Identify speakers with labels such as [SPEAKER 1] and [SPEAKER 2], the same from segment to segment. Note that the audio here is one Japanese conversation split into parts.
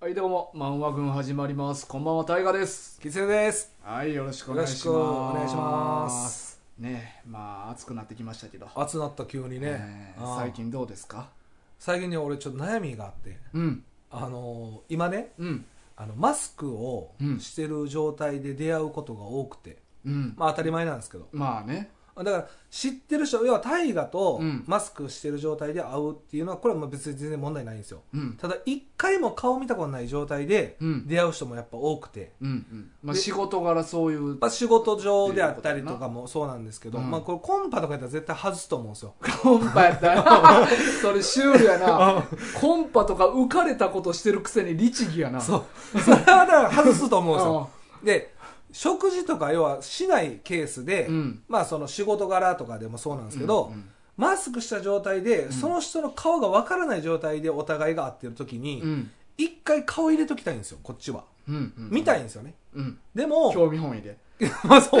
[SPEAKER 1] はいどうも漫画軍始まりますこんばんは大河です
[SPEAKER 2] キツネです。
[SPEAKER 1] はいよろしくお
[SPEAKER 2] よ
[SPEAKER 1] 願
[SPEAKER 2] ろ
[SPEAKER 1] い
[SPEAKER 2] し
[SPEAKER 1] し
[SPEAKER 2] くお願
[SPEAKER 1] ま
[SPEAKER 2] い
[SPEAKER 1] す
[SPEAKER 2] します。
[SPEAKER 1] ねえまあ暑くなってきましたけど、
[SPEAKER 2] 暑なった急にね
[SPEAKER 1] え。
[SPEAKER 2] あ
[SPEAKER 1] ー
[SPEAKER 2] あ
[SPEAKER 1] 最。近どうですか
[SPEAKER 2] 最近ね、俺ちょっと悩みがあって。
[SPEAKER 1] うん
[SPEAKER 2] あのー今ね、
[SPEAKER 1] うん
[SPEAKER 2] あの、マスクを
[SPEAKER 1] うん
[SPEAKER 2] してる状態で出会うことが多くて。
[SPEAKER 1] うん
[SPEAKER 2] まあ当たり前なんですけど。
[SPEAKER 1] まあね
[SPEAKER 2] だから、知ってる人、要は大河と
[SPEAKER 1] うん
[SPEAKER 2] マスクしてる状態で会うっていうのは、これはまあ別に全然問題ないんですよ。
[SPEAKER 1] うん
[SPEAKER 2] ただ、一回も顔見たことない状態で
[SPEAKER 1] うん
[SPEAKER 2] 出会う人もやっぱ多くて。
[SPEAKER 1] うんうんまあ
[SPEAKER 2] で
[SPEAKER 1] 仕事柄そういう
[SPEAKER 2] まあ、仕事上であったりとかもそうなんですけど、
[SPEAKER 1] うん
[SPEAKER 2] まあこれコンパとかやったら絶対外すと思うんですよ。
[SPEAKER 1] コンパやった らそれシュールや
[SPEAKER 2] う
[SPEAKER 1] なコンパとか浮かれたことしてるくせに律儀やなう
[SPEAKER 2] そう。それはだから外すと思うんですよ。で、食事とか要はしないケースで、
[SPEAKER 1] うん
[SPEAKER 2] まあその仕事柄とかでもそうなんですけど、
[SPEAKER 1] うんうん
[SPEAKER 2] マスクした状態で、その人の顔がわからない状態でお互いが会ってる時に、
[SPEAKER 1] うん
[SPEAKER 2] 一回顔入れときたいんですよ、こっちは。
[SPEAKER 1] うんうん
[SPEAKER 2] 見たいんですよね。
[SPEAKER 1] うん
[SPEAKER 2] でも、
[SPEAKER 1] 興味本位で
[SPEAKER 2] まあそう、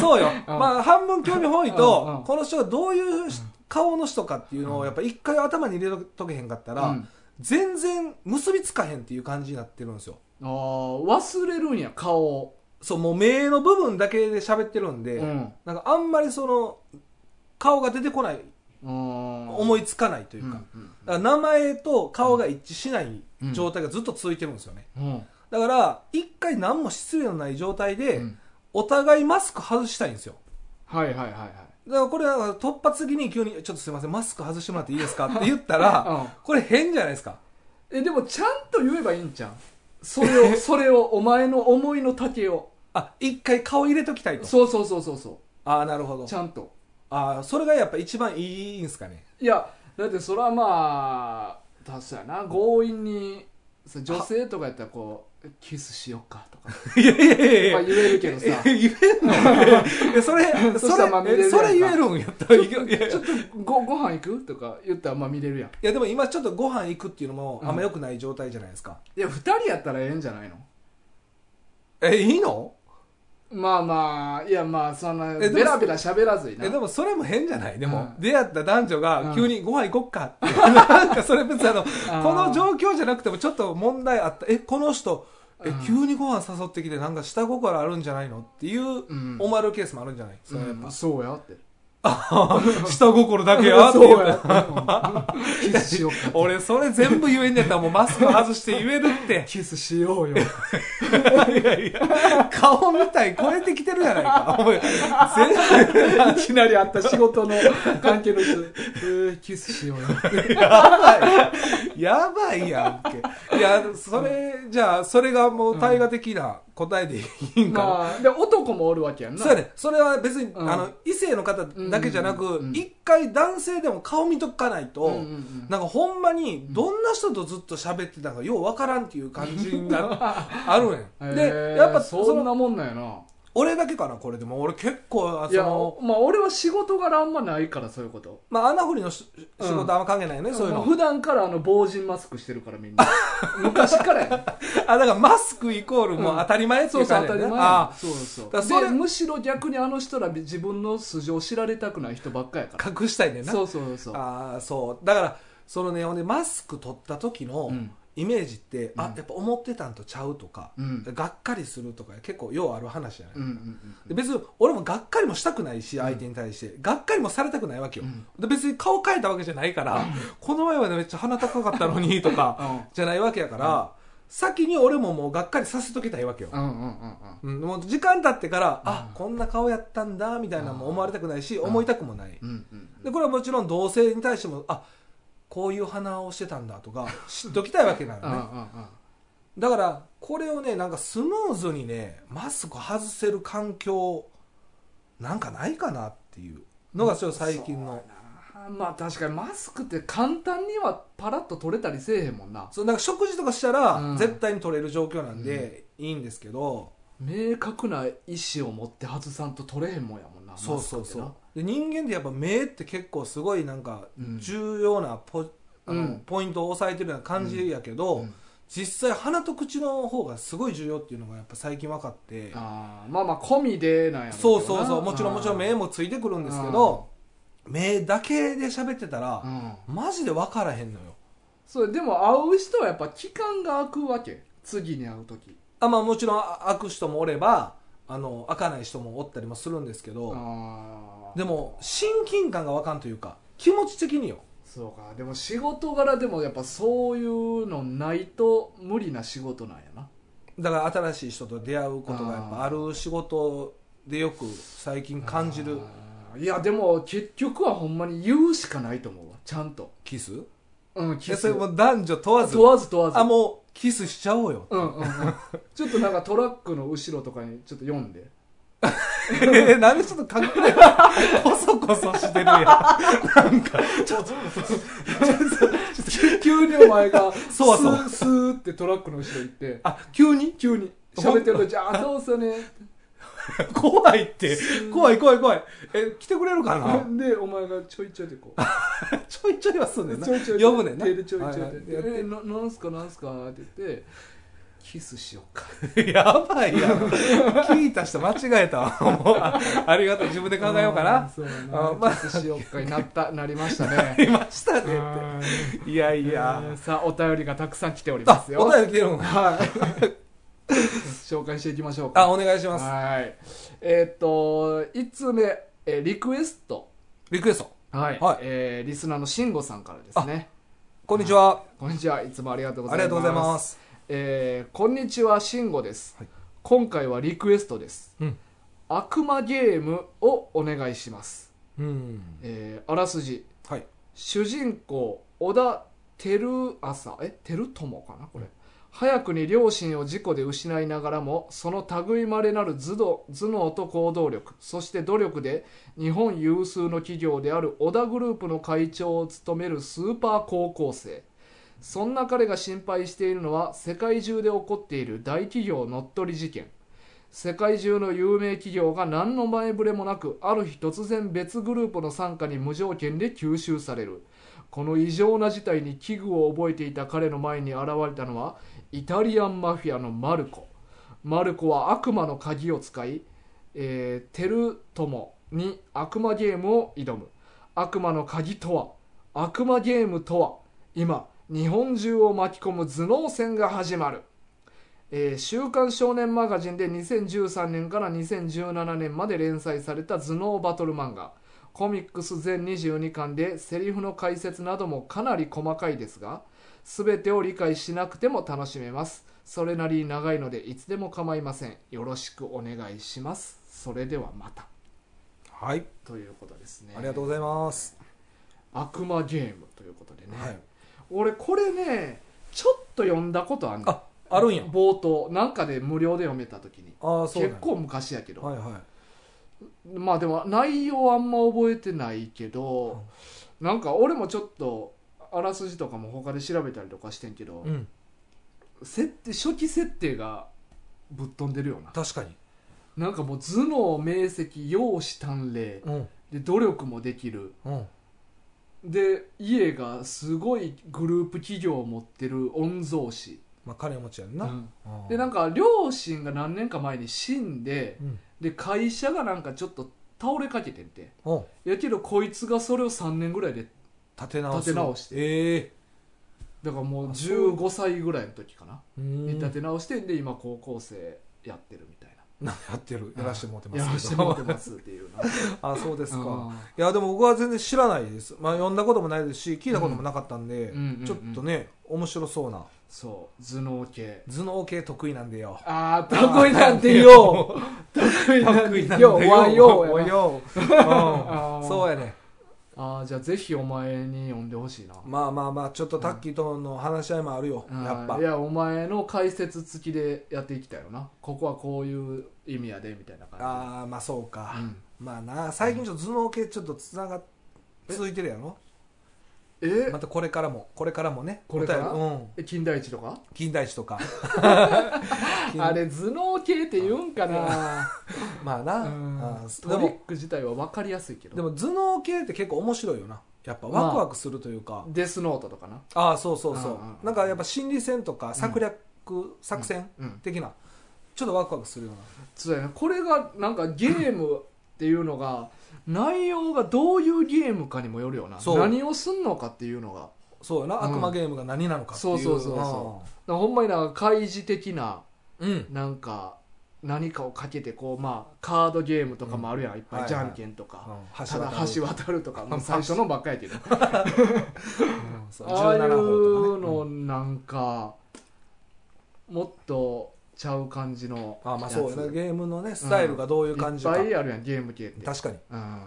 [SPEAKER 2] そうよ。
[SPEAKER 1] うん
[SPEAKER 2] まあ半分興味本位
[SPEAKER 1] うんうん
[SPEAKER 2] と、この人がどういう顔の人かっていうのをやっぱ一回頭に入れとけへんかったら、
[SPEAKER 1] うん
[SPEAKER 2] 全然結びつかへんっていう感じになってるんですよ。
[SPEAKER 1] あー忘れるんや顔を
[SPEAKER 2] そう、もう目の部分だけで喋ってるんで、
[SPEAKER 1] うん
[SPEAKER 2] なんかあんまりその、顔が出てこない、
[SPEAKER 1] 思
[SPEAKER 2] 思いつかないというか、
[SPEAKER 1] うん
[SPEAKER 2] だから名前と顔が一致しない状態がずっと続いてるんですよね。
[SPEAKER 1] うんうん
[SPEAKER 2] だから、一回何も失礼のない状態で、
[SPEAKER 1] うん
[SPEAKER 2] お互いマスク外したいんですよ。
[SPEAKER 1] はいはいはいはい
[SPEAKER 2] だからこれは突発的に急に、ちょっとすいません、マスク外してもらっていいですかって言っ たら、これ変じゃないですか。
[SPEAKER 1] えでもちゃんと言えばいいんじゃんそれ をそれをお前の思いの丈を
[SPEAKER 2] あ、一回顔入れときたいと。
[SPEAKER 1] そうそうそうそうそ
[SPEAKER 2] ああ、なるほど
[SPEAKER 1] うち。ゃんと
[SPEAKER 2] ああ、それがやっぱ一番いいんですか ね。
[SPEAKER 1] いやだってそれはまあたそうやな強引にそう女性とかやったらこうキスしようかとか、
[SPEAKER 2] いやいやいやい
[SPEAKER 1] ま
[SPEAKER 2] や
[SPEAKER 1] あ、。言えるけどさ
[SPEAKER 2] え言えんの いやそれ
[SPEAKER 1] そし
[SPEAKER 2] そ
[SPEAKER 1] たらまあ見れる
[SPEAKER 2] れ
[SPEAKER 1] やん
[SPEAKER 2] え
[SPEAKER 1] か
[SPEAKER 2] それ言えるんやったらいやいやい
[SPEAKER 1] ちょっとごご飯行くとか言ったらまあ見れるやんい
[SPEAKER 2] やでも今ちょっとご飯行くっていうのも
[SPEAKER 1] うん
[SPEAKER 2] あんま良くない状態じゃないですか、
[SPEAKER 1] や2人やったらええんじゃないの
[SPEAKER 2] えいいの
[SPEAKER 1] まあまあいやまあそんな
[SPEAKER 2] えでも
[SPEAKER 1] ベラベラ喋らずにな
[SPEAKER 2] えでもそれも変じゃないでも、
[SPEAKER 1] うん
[SPEAKER 2] 出会った男女
[SPEAKER 1] うん
[SPEAKER 2] が急にご飯行こっか って、なんかそれ別にあの
[SPEAKER 1] ー
[SPEAKER 2] この状況じゃなくてもちょっと問題あったえこの人え
[SPEAKER 1] うん
[SPEAKER 2] 急にご飯誘ってきてなんか下心あるんじゃないのっていう
[SPEAKER 1] うん
[SPEAKER 2] 思われるケースもあるんじゃない、それやっぱ
[SPEAKER 1] うんそうやって
[SPEAKER 2] 下心だけやっ て
[SPEAKER 1] そ
[SPEAKER 2] 言
[SPEAKER 1] う
[SPEAKER 2] う
[SPEAKER 1] や
[SPEAKER 2] な
[SPEAKER 1] ってうんキスしようか
[SPEAKER 2] 俺それ全部言えんねやったらもうマスク外して言えるって
[SPEAKER 1] キスしようよ
[SPEAKER 2] いやいや、顔みたい超えてきてるじゃな いか。お前全然、
[SPEAKER 1] いきなり会った仕事の関係の人、えー、キスしようよ。
[SPEAKER 2] やばいやんけ。いや、それ、じゃあ、それがもう対話的な答えでいいんかな。
[SPEAKER 1] まあ、で、男もおるわけやんな。
[SPEAKER 2] そうやね。それは別に、
[SPEAKER 1] うん
[SPEAKER 2] あの、異性の方だけじゃな
[SPEAKER 1] うんうんう
[SPEAKER 2] く
[SPEAKER 1] ん、
[SPEAKER 2] 一回男性でも顔見とかないと、
[SPEAKER 1] うんうんうん
[SPEAKER 2] なんかほんまに、どんな人とずっと喋ってたのか、ようわからんっていう感じ になる、あるねん。
[SPEAKER 1] へー
[SPEAKER 2] で、やっぱ、そ
[SPEAKER 1] そん
[SPEAKER 2] の、
[SPEAKER 1] なもんなんやな。
[SPEAKER 2] 俺だけかな、これでも。俺結構、
[SPEAKER 1] い
[SPEAKER 2] そ
[SPEAKER 1] や、
[SPEAKER 2] の、
[SPEAKER 1] まあ俺は仕事柄あんまないから、そういうこと。
[SPEAKER 2] まあ、穴掘りのし仕
[SPEAKER 1] うん
[SPEAKER 2] 事あんま関係ないよね、そういう
[SPEAKER 1] も
[SPEAKER 2] の。
[SPEAKER 1] 普段からあの、防塵マスクしてるからみ んな。昔からやね
[SPEAKER 2] あ、だからマスクイコールもう当たり前って
[SPEAKER 1] そ
[SPEAKER 2] いうう
[SPEAKER 1] そ
[SPEAKER 2] 感
[SPEAKER 1] う、
[SPEAKER 2] じ
[SPEAKER 1] 当
[SPEAKER 2] だ
[SPEAKER 1] たり
[SPEAKER 2] よね
[SPEAKER 1] 前やね
[SPEAKER 2] あ
[SPEAKER 1] そうそう。
[SPEAKER 2] だからそれ
[SPEAKER 1] でむしろ逆にあの人ら自分の素性を知られたくない人ばっかやから。
[SPEAKER 2] あ、隠したいねんな。
[SPEAKER 1] そうそうそう。
[SPEAKER 2] ああ、そう。だから、そのね、ほんでマスク取った時の
[SPEAKER 1] うん
[SPEAKER 2] イメージって、
[SPEAKER 1] う
[SPEAKER 2] あ
[SPEAKER 1] ん、
[SPEAKER 2] やっぱ思ってたんとちゃうとか、
[SPEAKER 1] うん
[SPEAKER 2] がっかりするとか、結構ようある話じゃない、
[SPEAKER 1] うんうんうん
[SPEAKER 2] で別に俺もがっかりもしたくないし、相手に対して、がっかりもされたくないわけよ、
[SPEAKER 1] うん
[SPEAKER 2] で別に顔変えたわけじゃないから、この前はねめっちゃ鼻高かったのにとか、
[SPEAKER 1] うん
[SPEAKER 2] じゃないわけやから、先に俺ももうがっかりさせときたいわけよ、
[SPEAKER 1] うんうんうん
[SPEAKER 2] うん、もう時間経ってから、あこんな顔やったんだみたいなのも思われたくないし、思いたくもない、
[SPEAKER 1] うんうんうん
[SPEAKER 2] でこれはもちろん同性に対してもあこういう鼻をしてたんだ とか知っときたいわけな
[SPEAKER 1] うんうん
[SPEAKER 2] のねだからこれをねなんかスムーズにねマスク外せる環境なんかないかなっていうのがちょっと最近の
[SPEAKER 1] うんまあ確かにマスクって簡単にはパラッと取れたりせえへんもんな
[SPEAKER 2] そうなんか食事とかしたら、
[SPEAKER 1] うん
[SPEAKER 2] 絶対に取れる状況なんで、いいんですけど
[SPEAKER 1] 明確な意思を持って外さんと取れへんもんやもんな
[SPEAKER 2] そうそうそ
[SPEAKER 1] マス
[SPEAKER 2] うで人間ってやっぱ目って結構すごいなんか
[SPEAKER 1] うん
[SPEAKER 2] 重要なポ,、あの
[SPEAKER 1] うん
[SPEAKER 2] ポイントを押さえてるような感じやけど、
[SPEAKER 1] うんうん
[SPEAKER 2] 実際鼻と口の方がすごい重要っていうのがやっぱ最近分かって
[SPEAKER 1] クってなあーまあまあ込みでなんやろけど
[SPEAKER 2] そう
[SPEAKER 1] な
[SPEAKER 2] そうそうもちろんもちろん目もついてくるんですけど目だけで喋ってた
[SPEAKER 1] う
[SPEAKER 2] ら
[SPEAKER 1] ん
[SPEAKER 2] マジで分からへんのよ
[SPEAKER 1] そうでも会う人はやっぱ期間が空くわけ次に会う時
[SPEAKER 2] あまあもちろんあ開く人もおればあの開かない人もおったりもするんですけど
[SPEAKER 1] あー
[SPEAKER 2] でも親近感がわかんというか気持ち的によ
[SPEAKER 1] そうかでも仕事柄でもやっぱそういうのないと無理な仕事なんやな
[SPEAKER 2] だから新しい人と出会うことがやっぱある仕事でよく最近感じる
[SPEAKER 1] あーいやでも結局はほんまに言うしかないと思うわちゃんと
[SPEAKER 2] キス
[SPEAKER 1] うん
[SPEAKER 2] いや
[SPEAKER 1] キ
[SPEAKER 2] そ
[SPEAKER 1] ス
[SPEAKER 2] れもう男女問わず
[SPEAKER 1] 問わず問わず
[SPEAKER 2] あもうキスしちゃおうよ
[SPEAKER 1] うんうんうん、ちょっとなんかトラックの後ろとかにちょっと読んで
[SPEAKER 2] えなんでちょっと隠れてこそこそして るやんなんか
[SPEAKER 1] 急にお前が
[SPEAKER 2] そわそわ
[SPEAKER 1] スースーってトラックの後ろ行って
[SPEAKER 2] あ急に
[SPEAKER 1] 急に喋ってるとじゃあどうすね
[SPEAKER 2] 怖いって怖い怖い怖いえ来てくれるかな
[SPEAKER 1] でお前がちょいちょいでこう
[SPEAKER 2] ちょいちょいはすんねんな
[SPEAKER 1] ちょいちょい
[SPEAKER 2] 呼ぶねんな
[SPEAKER 1] 手でちょいちょい
[SPEAKER 2] はいはい
[SPEAKER 1] で「えななんすかなんすか?」って言って「キスしようか
[SPEAKER 2] やばいやん聞いた人間違えたわもうあありがとう自分」で考えようか
[SPEAKER 1] あー
[SPEAKER 2] な
[SPEAKER 1] そうや
[SPEAKER 2] あーまあ
[SPEAKER 1] なキスしようかにな ったなりましたね
[SPEAKER 2] 出ましたねっ
[SPEAKER 1] あ
[SPEAKER 2] ていやい
[SPEAKER 1] ー
[SPEAKER 2] や
[SPEAKER 1] えーさあお便りがたくさん来ておりま
[SPEAKER 2] あ
[SPEAKER 1] すよ
[SPEAKER 2] お便り来てるの
[SPEAKER 1] はい 紹介していきましょうか
[SPEAKER 2] あお願いします
[SPEAKER 1] はい。えーっと、1つ目、えーリクエスト。
[SPEAKER 2] リクエスト
[SPEAKER 1] はい。
[SPEAKER 2] はい
[SPEAKER 1] えーリスナーの慎吾さんからですね。
[SPEAKER 2] こんにちは
[SPEAKER 1] こんにちは。いつもありがとうご
[SPEAKER 2] あ
[SPEAKER 1] ざい
[SPEAKER 2] り
[SPEAKER 1] ます。
[SPEAKER 2] がとうございま。す
[SPEAKER 1] えーこんにちは、慎吾です、
[SPEAKER 2] はい
[SPEAKER 1] 今回はリクエストです。
[SPEAKER 2] うん
[SPEAKER 1] 悪魔ゲームをお願いします。
[SPEAKER 2] うん
[SPEAKER 1] えーあらすじ。
[SPEAKER 2] はい
[SPEAKER 1] 主人公小田照朝え照友かなこれ、早くに両親を事故で失いながらもその類まれなる頭脳頭脳と行動力そして努力で日本有数の企業である小田グループの会長を務めるスーパー高校生そんな彼が心配しているのは世界中で起こっている大企業乗っ取り事件世界中の有名企業が何の前触れもなくある日突然別グループの傘下に無条件で吸収されるこの異常な事態に危惧を覚えていた彼の前に現れたのはイタリアンマフィアのマルコマルコは悪魔の鍵を使い、えーテルトモに悪魔ゲームを挑む悪魔の鍵とは悪魔ゲームとは今日本中を巻き込む頭脳戦が始まるえー週刊少年マガジン」で2013年から2017年まで連載された頭脳バトル漫画コミックス全22巻でセリフの解説などもかなり細かいですが全てを理解しなくても楽しめますそれなりに長いのでいつでも構いませんよろしくお願いしますそれではまた
[SPEAKER 2] はい
[SPEAKER 1] ということですね
[SPEAKER 2] ありがとうございます
[SPEAKER 1] 悪魔ゲームということでね、
[SPEAKER 2] はい
[SPEAKER 1] 俺これねちょっと読んだことある
[SPEAKER 2] ああるんや
[SPEAKER 1] 冒頭なんかで無料で読めた時に
[SPEAKER 2] ああそうなん
[SPEAKER 1] 結
[SPEAKER 2] や
[SPEAKER 1] 構昔やけど、
[SPEAKER 2] はいはい
[SPEAKER 1] まあでも内容はあんま覚えてないけど、なんか俺もちょっとあらすじとかも他で調べたりとかしてんけど、
[SPEAKER 2] うん
[SPEAKER 1] 設定初期設定がぶっ飛んでるよな
[SPEAKER 2] 確かに
[SPEAKER 1] なんかもう頭脳明晰容姿端麗
[SPEAKER 2] うん
[SPEAKER 1] で努力もできる
[SPEAKER 2] うん
[SPEAKER 1] で家がすごいグループ企業を持ってる御曹司、
[SPEAKER 2] まあ金持ちやん
[SPEAKER 1] う
[SPEAKER 2] なん
[SPEAKER 1] でなん
[SPEAKER 2] か
[SPEAKER 1] か両親が何年か前に死んで
[SPEAKER 2] うん
[SPEAKER 1] で会社がなんかちょっと倒れかけてんて
[SPEAKER 2] うん
[SPEAKER 1] やけどこいつがそれを3年ぐらいで
[SPEAKER 2] 立て直す
[SPEAKER 1] 立て直して
[SPEAKER 2] ええ
[SPEAKER 1] だからもう
[SPEAKER 2] あそう
[SPEAKER 1] 15歳ぐらいの時かな
[SPEAKER 2] うーん
[SPEAKER 1] に立て直してで今高校生やってるみたいな
[SPEAKER 2] なんかやってるやらしてもらって
[SPEAKER 1] や
[SPEAKER 2] ま
[SPEAKER 1] ら
[SPEAKER 2] す
[SPEAKER 1] し
[SPEAKER 2] け
[SPEAKER 1] て
[SPEAKER 2] ど
[SPEAKER 1] もらってますっていうな
[SPEAKER 2] あ そうですか
[SPEAKER 1] あ
[SPEAKER 2] いやでも僕は全然知らないですまあ読んだこともないですし聞いたこともなかったんで、
[SPEAKER 1] うんうんうんうん
[SPEAKER 2] ちょっとね面白そうな
[SPEAKER 1] ーそう頭脳系
[SPEAKER 2] 頭脳系得意なんでよ
[SPEAKER 1] ああ得意なんてよ得意なん
[SPEAKER 2] 得
[SPEAKER 1] て
[SPEAKER 2] 意なんで
[SPEAKER 1] よわよ
[SPEAKER 2] お
[SPEAKER 1] やな
[SPEAKER 2] よ、うん
[SPEAKER 1] あー
[SPEAKER 2] そうやね
[SPEAKER 1] あーじゃあぜひお前に読んでほしいな
[SPEAKER 2] まあまあまあちょっとタッキーとの話し合いもあるよ、やっ
[SPEAKER 1] あ
[SPEAKER 2] ぱ
[SPEAKER 1] ーいやお前の解説付きでやっていきたいよなここはこういう意味やでみたいな感
[SPEAKER 2] ああまあそうか、
[SPEAKER 1] うん
[SPEAKER 2] まあな最近ちょっと頭脳系ちょっとつながっ続いてるやろ
[SPEAKER 1] じえ
[SPEAKER 2] またこれからもこれからもね
[SPEAKER 1] これから
[SPEAKER 2] お便りうん
[SPEAKER 1] え金田一とか
[SPEAKER 2] 金田 一とか金
[SPEAKER 1] あれ頭脳系って言うんかな
[SPEAKER 2] まあな、あー
[SPEAKER 1] ト
[SPEAKER 2] で
[SPEAKER 1] リッ
[SPEAKER 2] も
[SPEAKER 1] ク自体は分かりやすいけど
[SPEAKER 2] でも頭脳系って結構面白いよなやっぱワクワクするというか、
[SPEAKER 1] デスノートとかな
[SPEAKER 2] ああそうそうそう、
[SPEAKER 1] うんうんうん
[SPEAKER 2] なんかやっぱ心理戦とか策略、作戦
[SPEAKER 1] うん
[SPEAKER 2] 的な、ちょっとワクワクするような
[SPEAKER 1] そうやなこれがなんかゲームっていうのが内容がどういうゲームかにもよるよな
[SPEAKER 2] そう
[SPEAKER 1] 何をすんのかっていうのが
[SPEAKER 2] そうやな、
[SPEAKER 1] うん
[SPEAKER 2] 悪魔ゲームが何なのかっていう
[SPEAKER 1] そうそうそうそだからほんまになんか開示的な
[SPEAKER 2] うんうん
[SPEAKER 1] なんか何かをかけてこうまあカードゲームとかもあるやん、いっぱい、
[SPEAKER 2] はい
[SPEAKER 1] じゃんけんとか、ただ
[SPEAKER 2] 橋
[SPEAKER 1] 橋渡るとかもう最初のばっかりやけど
[SPEAKER 2] うんそう
[SPEAKER 1] ああい
[SPEAKER 2] 17
[SPEAKER 1] う
[SPEAKER 2] 本と
[SPEAKER 1] の
[SPEAKER 2] かね
[SPEAKER 1] なんかもっとちゃう感じの
[SPEAKER 2] あまあそうやな
[SPEAKER 1] や
[SPEAKER 2] ゲームのねスタイルがどうい
[SPEAKER 1] つ
[SPEAKER 2] う感じか、
[SPEAKER 1] いっぱいあるやんゲーム系って
[SPEAKER 2] 確かに
[SPEAKER 1] うん、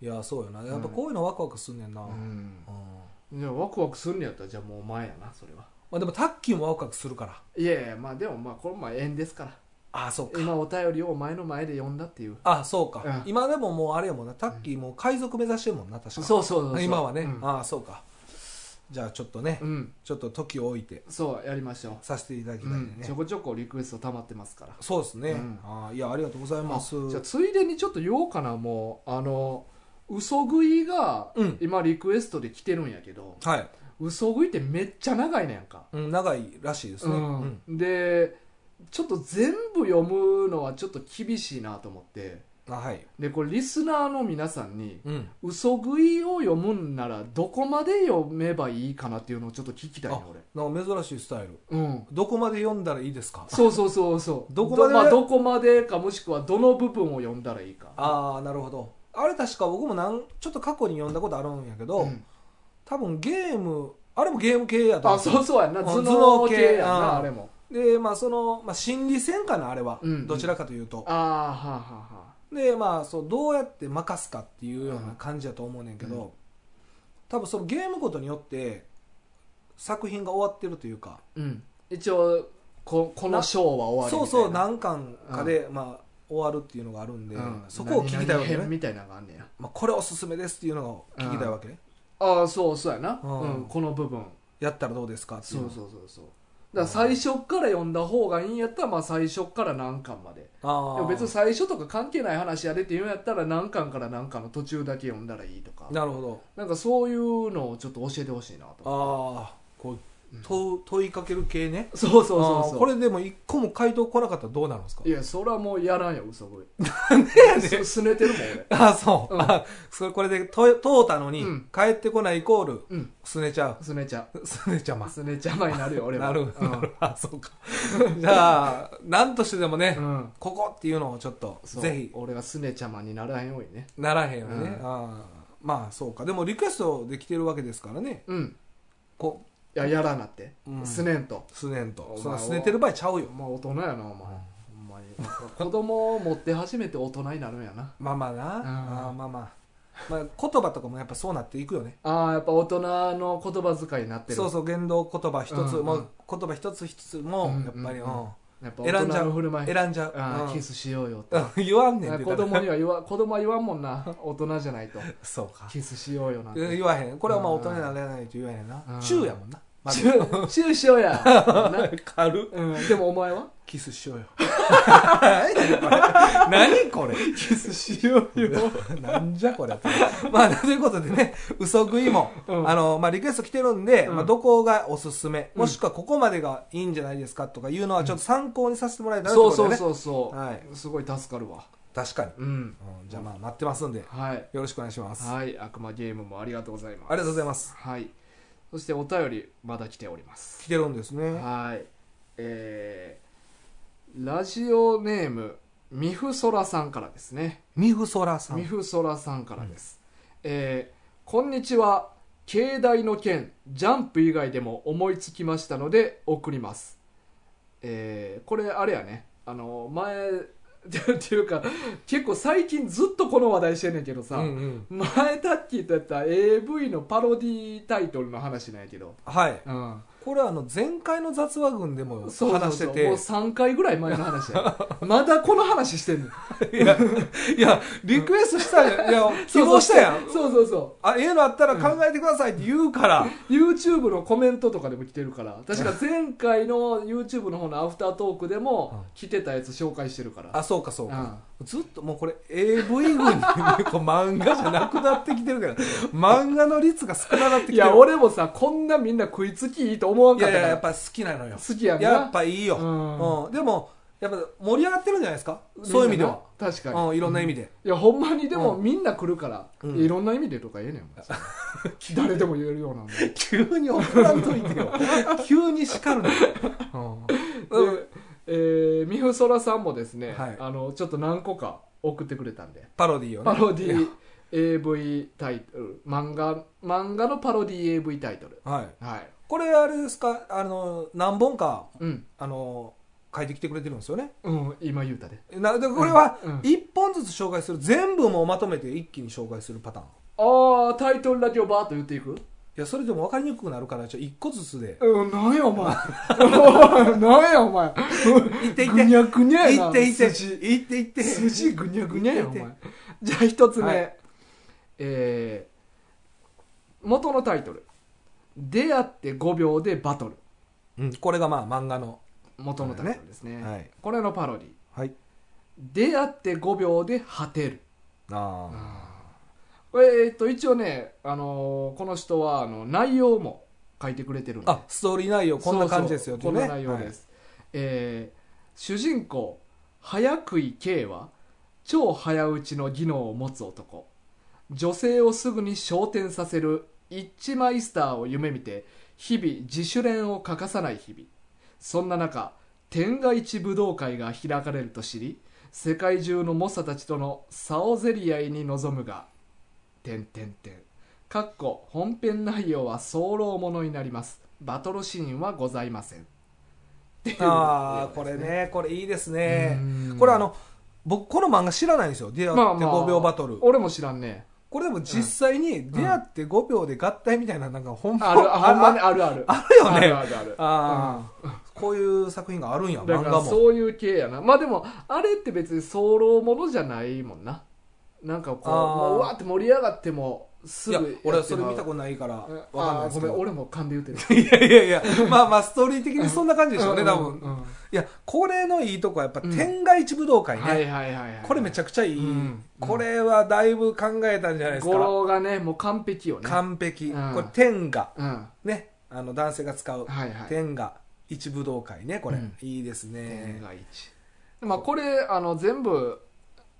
[SPEAKER 2] いやそうよなやっぱこういうのワクワクすんねんな、
[SPEAKER 1] うん
[SPEAKER 2] うん
[SPEAKER 1] じゃあワクワクするんやったらじゃあもう前やなそれは
[SPEAKER 2] まあ、でもタッキーもワクワクするから
[SPEAKER 1] いやいやまあでもまあこれも縁ですから
[SPEAKER 2] ああそうか
[SPEAKER 1] 今お便りをお前の前で読んだっていう
[SPEAKER 2] ああそうか、
[SPEAKER 1] うん
[SPEAKER 2] 今でももうあれやもんなタッキーもう海賊目指してるもんな確
[SPEAKER 1] そ
[SPEAKER 2] か
[SPEAKER 1] うそうそうそう
[SPEAKER 2] 今はね、
[SPEAKER 1] うん
[SPEAKER 2] ああそうかじゃあちょっとね、
[SPEAKER 1] うん
[SPEAKER 2] ちょっと時を置いて
[SPEAKER 1] そうやりましょ
[SPEAKER 2] させていただき
[SPEAKER 1] う、
[SPEAKER 2] たいん
[SPEAKER 1] うん
[SPEAKER 2] で
[SPEAKER 1] ち
[SPEAKER 2] ね
[SPEAKER 1] ょ、こちょこリクエスト溜まってますから
[SPEAKER 2] そうですね、
[SPEAKER 1] うん
[SPEAKER 2] ああいやありがとうございます
[SPEAKER 1] あじゃあついでにちょっと言おうかなもうあの嘘食いが
[SPEAKER 2] うん
[SPEAKER 1] 今リクエストで来てるんやけど、
[SPEAKER 2] はい、
[SPEAKER 1] 嘘食いってめっちゃ長いねやんか、
[SPEAKER 2] うん、長いらしいですね、うん
[SPEAKER 1] うん、でちょっと全部読むのはちょっと厳しいなと思って
[SPEAKER 2] あはい、
[SPEAKER 1] でこれリスナーの皆さんに
[SPEAKER 2] うん、
[SPEAKER 1] 嘘食いを読むんならどこまで読めばいいかなっていうのをちょっと聞きたいな
[SPEAKER 2] あ
[SPEAKER 1] 俺
[SPEAKER 2] なんか珍しいスタイル
[SPEAKER 1] うん
[SPEAKER 2] どこまで読んだらいいですか
[SPEAKER 1] そうそうそうそう
[SPEAKER 2] どこまで
[SPEAKER 1] ど,、まあ、どこまでかもしくはどの部分を読んだらいいか
[SPEAKER 2] ああなるほどあれ確か僕もなんちょっと過去に読んだことあるんやけど、
[SPEAKER 1] うん
[SPEAKER 2] 多分ゲームあれもゲーム系やと
[SPEAKER 1] あ
[SPEAKER 2] 思
[SPEAKER 1] そうそうやんな頭
[SPEAKER 2] うん
[SPEAKER 1] 脳系やん
[SPEAKER 2] 頭脳系うん
[SPEAKER 1] なあれも
[SPEAKER 2] でまあその、まあ、心理戦かなあれは、
[SPEAKER 1] うん
[SPEAKER 2] どちらかというと
[SPEAKER 1] ああはあはあはあ
[SPEAKER 2] でまあそうどうやって任すかっていうような感じやと思うねんけど、
[SPEAKER 1] うん
[SPEAKER 2] 多分そのゲームごとによって作品が終わってるというか
[SPEAKER 1] うん一応ここの章は終わ
[SPEAKER 2] そ
[SPEAKER 1] り
[SPEAKER 2] う
[SPEAKER 1] みたいな
[SPEAKER 2] そう何巻かで、まあ、終わるっていうのがあるんで、
[SPEAKER 1] うん
[SPEAKER 2] そこを聞きたいわけ
[SPEAKER 1] 何々編
[SPEAKER 2] ね、
[SPEAKER 1] みたいなのがあんねや
[SPEAKER 2] まあ、これおすすめですっていうのを聞きたいわけね、
[SPEAKER 1] ああそうそうやな、
[SPEAKER 2] うん
[SPEAKER 1] うんこの部分
[SPEAKER 2] やったらどうですかってい
[SPEAKER 1] そううそうそうそうだから最初から読んだ方がいいんやったら、まあ、最初から何巻まで
[SPEAKER 2] あ
[SPEAKER 1] で
[SPEAKER 2] ー
[SPEAKER 1] も別に最初とか関係ない話やでって言うんやったら何巻から何巻の途中だけ読んだらいいとか
[SPEAKER 2] なるほど
[SPEAKER 1] なんかそういうのをちょっと教えてほしいなと
[SPEAKER 2] ああこう問問いかける系ね
[SPEAKER 1] そうそうそう
[SPEAKER 2] あ
[SPEAKER 1] そ
[SPEAKER 2] ー
[SPEAKER 1] う
[SPEAKER 2] これでも一個も回答来なかったらどうなるんですか
[SPEAKER 1] いやそれはもうやらんよ嘘食い
[SPEAKER 2] やねん
[SPEAKER 1] すすねてるもん俺
[SPEAKER 2] あーそう、
[SPEAKER 1] うん
[SPEAKER 2] あそれこれでと通ったのに、
[SPEAKER 1] うん
[SPEAKER 2] 帰ってこないイコール
[SPEAKER 1] うん
[SPEAKER 2] すねちゃ
[SPEAKER 1] すねちゃ
[SPEAKER 2] う すねちゃます
[SPEAKER 1] ねちゃまになるよ俺は
[SPEAKER 2] なる
[SPEAKER 1] う
[SPEAKER 2] なる
[SPEAKER 1] ん、
[SPEAKER 2] あそうか じゃあ何としてでもね、
[SPEAKER 1] うん
[SPEAKER 2] ここっていうのをちょっと
[SPEAKER 1] そう
[SPEAKER 2] ぜひ
[SPEAKER 1] 俺がすねちゃまにならんようにね
[SPEAKER 2] ならへんよね、
[SPEAKER 1] うん
[SPEAKER 2] あーまあそうかでもリクエストできてるわけですからね
[SPEAKER 1] うん
[SPEAKER 2] こ
[SPEAKER 1] いややらなって、
[SPEAKER 2] うん
[SPEAKER 1] すねんと
[SPEAKER 2] うすねんと
[SPEAKER 1] お前は
[SPEAKER 2] そんなすねてる場合ちゃうよ
[SPEAKER 1] まあ大人やなお前、ほんまに子供を持って初めて大人になるんやな
[SPEAKER 2] まあまあな、あーまあまあ、まあ、言葉とかもやっぱそうなっていくよね
[SPEAKER 1] ああやっぱ大人の言葉遣いになってる
[SPEAKER 2] そうそう言動言葉一つ、
[SPEAKER 1] うんうん
[SPEAKER 2] もう言葉一つ一つも
[SPEAKER 1] うん
[SPEAKER 2] やっぱり、
[SPEAKER 1] う
[SPEAKER 2] うん
[SPEAKER 1] うん
[SPEAKER 2] ん
[SPEAKER 1] やっぱ大人の振る舞い
[SPEAKER 2] 選んじゃう、
[SPEAKER 1] あ
[SPEAKER 2] う
[SPEAKER 1] あ
[SPEAKER 2] ん
[SPEAKER 1] キスしようよって
[SPEAKER 2] うん 言わんねん
[SPEAKER 1] あ
[SPEAKER 2] って
[SPEAKER 1] 子
[SPEAKER 2] 言った
[SPEAKER 1] 供
[SPEAKER 2] ら
[SPEAKER 1] には言わ 子供は言わんもんな大人じゃ ないと
[SPEAKER 2] そうか
[SPEAKER 1] キスしようよなんて
[SPEAKER 2] 言わへんこれはまあ大人になれないと言わへんな、
[SPEAKER 1] うん
[SPEAKER 2] 中やもんな、まだ
[SPEAKER 1] チューチューしようやな
[SPEAKER 2] 軽っ
[SPEAKER 1] うん、でもお前は
[SPEAKER 2] キス しようよ何これ
[SPEAKER 1] キスしよう よ
[SPEAKER 2] なんじゃこれまあということでね嘘食いも、
[SPEAKER 1] うん
[SPEAKER 2] あのまあ、リクエスト来てるんで、
[SPEAKER 1] うん
[SPEAKER 2] まあ、どこがおすすめ、
[SPEAKER 1] うん
[SPEAKER 2] もしくはここまでがいいんじゃないですかとかいうのはちょっと参考にさせてもらえたらとい
[SPEAKER 1] そうう
[SPEAKER 2] こと
[SPEAKER 1] そうそうそ
[SPEAKER 2] でね
[SPEAKER 1] う、
[SPEAKER 2] はい
[SPEAKER 1] すごい助かるわ
[SPEAKER 2] 確かに、
[SPEAKER 1] うん
[SPEAKER 2] うんじゃあまあ待ってますんでよ
[SPEAKER 1] はい
[SPEAKER 2] ろしくお願いします、あ
[SPEAKER 1] はい悪魔ゲームもありがとうございます
[SPEAKER 2] りがとうございます
[SPEAKER 1] はい。そしてお便りまだ来ております。
[SPEAKER 2] 来てるんですね
[SPEAKER 1] はい。えー、ラジオネーム、みふそらさんからですね。
[SPEAKER 2] みふそらさ
[SPEAKER 1] み
[SPEAKER 2] ん
[SPEAKER 1] ふそらさんからです。えー、こんにちは。境内の件、ジャンプ以外でも思いつきましたので送ります。えー、これあれやね。あの、前、 っていうか、結構最近ずっとこの話題してんねんけどさ、
[SPEAKER 2] うんうん
[SPEAKER 1] 前タッキーとやった AV のパロディタイトルの話なんやけど、
[SPEAKER 2] はい
[SPEAKER 1] うん、
[SPEAKER 2] これはあの前回の雑話群でも話
[SPEAKER 1] そうそう
[SPEAKER 2] して
[SPEAKER 1] そう
[SPEAKER 2] て
[SPEAKER 1] もう3回ぐらい前の話や まだこの話してんの
[SPEAKER 2] いや、いや、リクエストしたやん。い や、希望したやん。
[SPEAKER 1] そうそうそ
[SPEAKER 2] あ、ええのあったら考えてくださいって言うから。
[SPEAKER 1] う YouTube のコメントとかでも来てるから確か前回の YouTube の方のアフタートークでも
[SPEAKER 2] うん
[SPEAKER 1] 来てたやつ紹介してるから
[SPEAKER 2] あ、そうかそうか。ずっともうこれ AV 群に こう漫画じゃなくなってきてるから、漫画の率が少なくなってきて
[SPEAKER 1] い
[SPEAKER 2] る。
[SPEAKER 1] や、俺もさこんなみんな食いつきいいと思わん
[SPEAKER 2] い
[SPEAKER 1] かっ
[SPEAKER 2] や
[SPEAKER 1] た
[SPEAKER 2] い
[SPEAKER 1] か
[SPEAKER 2] や、
[SPEAKER 1] ら
[SPEAKER 2] やっぱ好きなのよ。
[SPEAKER 1] 好きやんな
[SPEAKER 2] やっぱいいよ。
[SPEAKER 1] うん
[SPEAKER 2] うん。でも、やっぱ盛り上がってるんじゃないですかそういう意味では、
[SPEAKER 1] 確かに、
[SPEAKER 2] うん、いろんな意味で、
[SPEAKER 1] いやほんまにでも
[SPEAKER 2] う
[SPEAKER 1] みんな来るから、
[SPEAKER 2] うん
[SPEAKER 1] いろんな意味でとか言えねん もん誰でも言えるようなんで
[SPEAKER 2] 急に怒らんといてよ 急に叱るの、うん
[SPEAKER 1] で、えー、みふそらさんもですね、
[SPEAKER 2] はい
[SPEAKER 1] あのちょっと何個か送ってくれたんで
[SPEAKER 2] パロディーをね
[SPEAKER 1] パロデ
[SPEAKER 2] いや
[SPEAKER 1] ィ AV タイトル漫画漫画のパロディ AV タイトル
[SPEAKER 2] はい
[SPEAKER 1] はい
[SPEAKER 2] これあれですかあの何本か
[SPEAKER 1] うん、
[SPEAKER 2] あの書いてきてくれてるんですよね
[SPEAKER 1] うん、今言うたで
[SPEAKER 2] なでこれは
[SPEAKER 1] うんうん
[SPEAKER 2] 一本ずつ紹介する全部もうまとめて一気に紹介するパターンい
[SPEAKER 1] ああタイトルだけをバーッと言っていく
[SPEAKER 2] やそれでも分かりにくくなるからちょ一個ずつで
[SPEAKER 1] うん、なんやお 前おいなんやお前
[SPEAKER 2] いっていっ
[SPEAKER 1] ぐ
[SPEAKER 2] て
[SPEAKER 1] にゃぐにゃや
[SPEAKER 2] い
[SPEAKER 1] な
[SPEAKER 2] っていって
[SPEAKER 1] 筋
[SPEAKER 2] いっていって
[SPEAKER 1] 筋ぐにゃぐにゃやお前
[SPEAKER 2] いっ
[SPEAKER 1] じゃあ一つ目、
[SPEAKER 2] はい
[SPEAKER 1] えー元のタイトル「出会って5秒でバトル
[SPEAKER 2] うんこれがまあ漫画の」
[SPEAKER 1] 元のタイトルですね
[SPEAKER 2] はい
[SPEAKER 1] これのパロディ
[SPEAKER 2] はい
[SPEAKER 1] 出会って5秒で果てる
[SPEAKER 2] あ
[SPEAKER 1] これえっと一応ね、あのーこの人はあの内容も書いてくれてるん
[SPEAKER 2] ーあストーリー内容こんな感じですよ
[SPEAKER 1] そうそう
[SPEAKER 2] っていうね
[SPEAKER 1] こんな内容です、えー主人公早食い K は超早打ちの技能を持つ男女性をすぐに昇天させる一致マイスターを夢見て日々自主練を欠かさない日々そんな中天下一武道会が開かれると知り世界中の猛者たちとの差を競り合いに臨むが「てんてんてん」かっこ本編内容は早漏ものになりますバトルシーンはございませんっていう
[SPEAKER 2] ああ
[SPEAKER 1] 内
[SPEAKER 2] こ
[SPEAKER 1] 容です
[SPEAKER 2] れねこれいいですね
[SPEAKER 1] うん
[SPEAKER 2] これあの僕この漫画知らないんですよ「出会って
[SPEAKER 1] まあまあ
[SPEAKER 2] 5秒バトル」
[SPEAKER 1] 俺も知らんね
[SPEAKER 2] これでも実際に出会って5秒で合体みたいななんか本
[SPEAKER 1] あるあほんまにあるある
[SPEAKER 2] あるよね
[SPEAKER 1] あるあるある
[SPEAKER 2] あーこういう作品があるんや
[SPEAKER 1] だか
[SPEAKER 2] 漫
[SPEAKER 1] ら
[SPEAKER 2] 画も
[SPEAKER 1] そういう系やなまあでもあれって別に早漏ものじゃないもんななんかこう
[SPEAKER 2] あー
[SPEAKER 1] もううわーって盛り上がってもす
[SPEAKER 2] い
[SPEAKER 1] ぐ
[SPEAKER 2] や俺はそれ
[SPEAKER 1] やっ
[SPEAKER 2] 見
[SPEAKER 1] て
[SPEAKER 2] た
[SPEAKER 1] まう
[SPEAKER 2] ことないからわ
[SPEAKER 1] うん
[SPEAKER 2] かんない
[SPEAKER 1] あ
[SPEAKER 2] で
[SPEAKER 1] ーご
[SPEAKER 2] すけ
[SPEAKER 1] めん
[SPEAKER 2] ど
[SPEAKER 1] 俺も勘で言うてる
[SPEAKER 2] いやいやい やまあまあストーリー的にそんな感じでしょうね多
[SPEAKER 1] うん
[SPEAKER 2] 分
[SPEAKER 1] うんうん
[SPEAKER 2] いやこれのいいとこはやっぱ
[SPEAKER 1] うん
[SPEAKER 2] 天外一武道会
[SPEAKER 1] はい
[SPEAKER 2] ね
[SPEAKER 1] はいはいはい
[SPEAKER 2] これめちゃくちゃいい
[SPEAKER 1] うん
[SPEAKER 2] これはだいぶ考えたんじゃないです
[SPEAKER 1] 語
[SPEAKER 2] か
[SPEAKER 1] 呂がねもう完璧よね
[SPEAKER 2] 完璧
[SPEAKER 1] うん
[SPEAKER 2] これ天下
[SPEAKER 1] うんは
[SPEAKER 2] ねあの男性が使う
[SPEAKER 1] いはい
[SPEAKER 2] 天下一武道会ねこれ
[SPEAKER 1] うん
[SPEAKER 2] いいですね
[SPEAKER 1] 天が一まあこれあの全部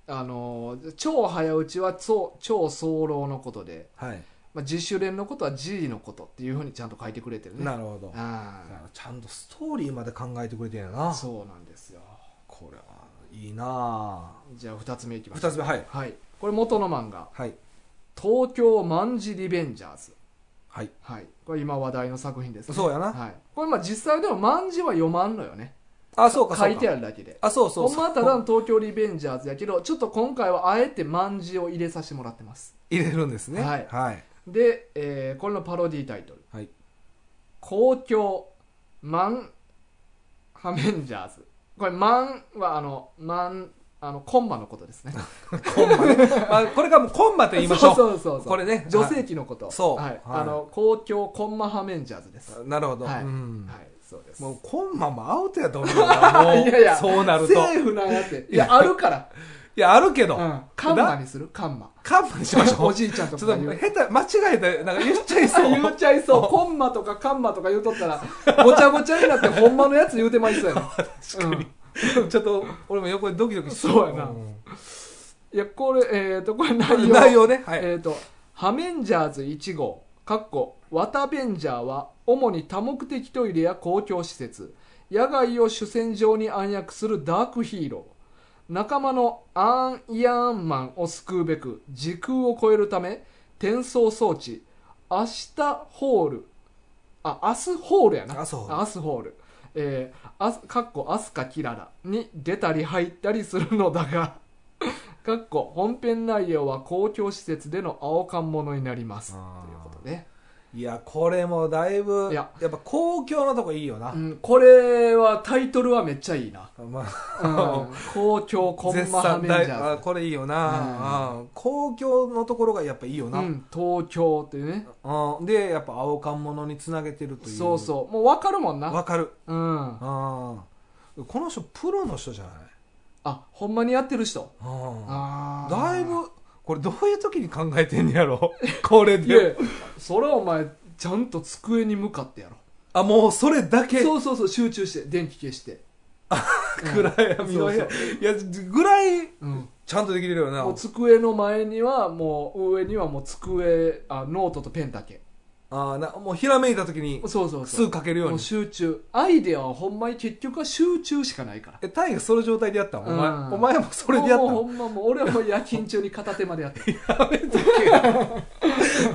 [SPEAKER 1] あの超早打ちは超超早漏のことで、
[SPEAKER 2] はい
[SPEAKER 1] まあ、自主練のことは G のことっていうふうにちゃんと書いてくれてるね
[SPEAKER 2] なるほど
[SPEAKER 1] あー
[SPEAKER 2] ちゃんとストーリーまで考えてくれてんやな
[SPEAKER 1] そうなんですよ
[SPEAKER 2] これはいいな
[SPEAKER 1] じゃあ2つ目いきましょ
[SPEAKER 2] 2
[SPEAKER 1] う
[SPEAKER 2] つ目はい
[SPEAKER 1] はいこれ元の漫画
[SPEAKER 2] はい
[SPEAKER 1] 「東京卍リベンジャーズ
[SPEAKER 2] はい」
[SPEAKER 1] はいこれ今話題の作品ですね
[SPEAKER 2] そうやな
[SPEAKER 1] はい、これまあ実際でも卍は読まんのよね
[SPEAKER 2] あそうかそ
[SPEAKER 1] 書
[SPEAKER 2] う
[SPEAKER 1] いて
[SPEAKER 2] か
[SPEAKER 1] あるだけで
[SPEAKER 2] あそうそう
[SPEAKER 1] ほんまはただ
[SPEAKER 2] そう
[SPEAKER 1] の東京リベンジャーズやけどちょっと今回はあえて卍を入れさせてもらってます
[SPEAKER 2] 入れるんですね
[SPEAKER 1] はい
[SPEAKER 2] はい
[SPEAKER 1] で、えーこれのパロディタイトル
[SPEAKER 2] はい
[SPEAKER 1] 「公共マンハメンジャーズ」これ「マン」はあの「マン」あのコンマのことですね
[SPEAKER 2] コンマねまあこれからもうコンマと言いましょう
[SPEAKER 1] そうそうそうそう
[SPEAKER 2] これね
[SPEAKER 1] 女性器のこと
[SPEAKER 2] そう
[SPEAKER 1] はい
[SPEAKER 2] はい
[SPEAKER 1] あの公共コンマハメンジャーズですは
[SPEAKER 2] なるほど
[SPEAKER 1] はい
[SPEAKER 2] うん
[SPEAKER 1] いそうです
[SPEAKER 2] もうコンマもアウトやと思うなもう
[SPEAKER 1] いやいや
[SPEAKER 2] そうなると
[SPEAKER 1] セーフなんやっていやあるから、
[SPEAKER 2] いやあるけど
[SPEAKER 1] うん、カンマにするカンマ
[SPEAKER 2] カンマにしましょ
[SPEAKER 1] お
[SPEAKER 2] うち
[SPEAKER 1] じいちゃん
[SPEAKER 2] ょ
[SPEAKER 1] と
[SPEAKER 2] っ
[SPEAKER 1] か
[SPEAKER 2] と
[SPEAKER 1] が
[SPEAKER 2] 下
[SPEAKER 1] 言う
[SPEAKER 2] 手間違えてなんか言っちゃいそ
[SPEAKER 1] あ言
[SPEAKER 2] う
[SPEAKER 1] っちゃいそうコンマとかカンマとか言うとったらごちゃごちゃになってほんまのやつ言うてまいそうやな
[SPEAKER 2] 確かにちょっと俺も横でドキドキして
[SPEAKER 1] そうやなんいやこれえっ、とこれ内容
[SPEAKER 2] 内容ねはい
[SPEAKER 1] えっ、と「ハメンジャーズ1号」かっこ「ワタベンジャー」は主に多目的トイレや公共施設野外を主戦場に暗躍するダークヒーロー仲間のアーン・イアーンマンを救うべく時空を超えるため転送装置明日ホールあ明日ホールやな
[SPEAKER 2] 明日ホール
[SPEAKER 1] 明日ホールえー、あすかっこアスカキララに出たり入ったりするのだがかっこ本編内容は公共施設での青缶ものになりますと
[SPEAKER 2] あー
[SPEAKER 1] いうことで、
[SPEAKER 2] いやこれもだいぶ
[SPEAKER 1] い
[SPEAKER 2] や
[SPEAKER 1] や
[SPEAKER 2] っぱ公共のとこいいよな
[SPEAKER 1] う、ん、これはタイトルはめっちゃいい な、
[SPEAKER 2] まあ
[SPEAKER 1] うん、公共コン
[SPEAKER 2] 絶
[SPEAKER 1] マハ
[SPEAKER 2] 賛
[SPEAKER 1] メ
[SPEAKER 2] だ
[SPEAKER 1] ン
[SPEAKER 2] い
[SPEAKER 1] ジ
[SPEAKER 2] あ
[SPEAKER 1] ャ
[SPEAKER 2] これいいよな、うん公共のところがやっぱいいよな、
[SPEAKER 1] ーズ、うん、東京ってね
[SPEAKER 2] うんでやっぱ青缶物につなげてるという
[SPEAKER 1] そうそうもう分かるもんな、
[SPEAKER 2] わかる、
[SPEAKER 1] うん、
[SPEAKER 2] うんこの人プロの人じゃない、
[SPEAKER 1] あほんまにやってる人
[SPEAKER 2] うん
[SPEAKER 1] あー
[SPEAKER 2] だいぶこれどういう時に考えてんねやろ これ
[SPEAKER 1] いや
[SPEAKER 2] で
[SPEAKER 1] それはお前ちゃんと机に向かってやろ
[SPEAKER 2] あもうそれだけ
[SPEAKER 1] そうそうそう集中して電気消して
[SPEAKER 2] 暗闇の部屋
[SPEAKER 1] そう
[SPEAKER 2] いやぐらい
[SPEAKER 1] うん、
[SPEAKER 2] ちゃんとできてるよな
[SPEAKER 1] もう机の前にはもう上にはもう机あノートとペンだけ
[SPEAKER 2] あーなもうひらめいた時に
[SPEAKER 1] そうそう
[SPEAKER 2] す
[SPEAKER 1] そう
[SPEAKER 2] ぐ書けるよう
[SPEAKER 1] もう
[SPEAKER 2] に
[SPEAKER 1] 集中アイデアはほんまに結局は集中しかないから
[SPEAKER 2] えタイがその状態でやったんお前,、
[SPEAKER 1] うん
[SPEAKER 2] お前もそれでやっ
[SPEAKER 1] も
[SPEAKER 2] た
[SPEAKER 1] う
[SPEAKER 2] の
[SPEAKER 1] ほんまもう俺はもう夜勤中に片手までやって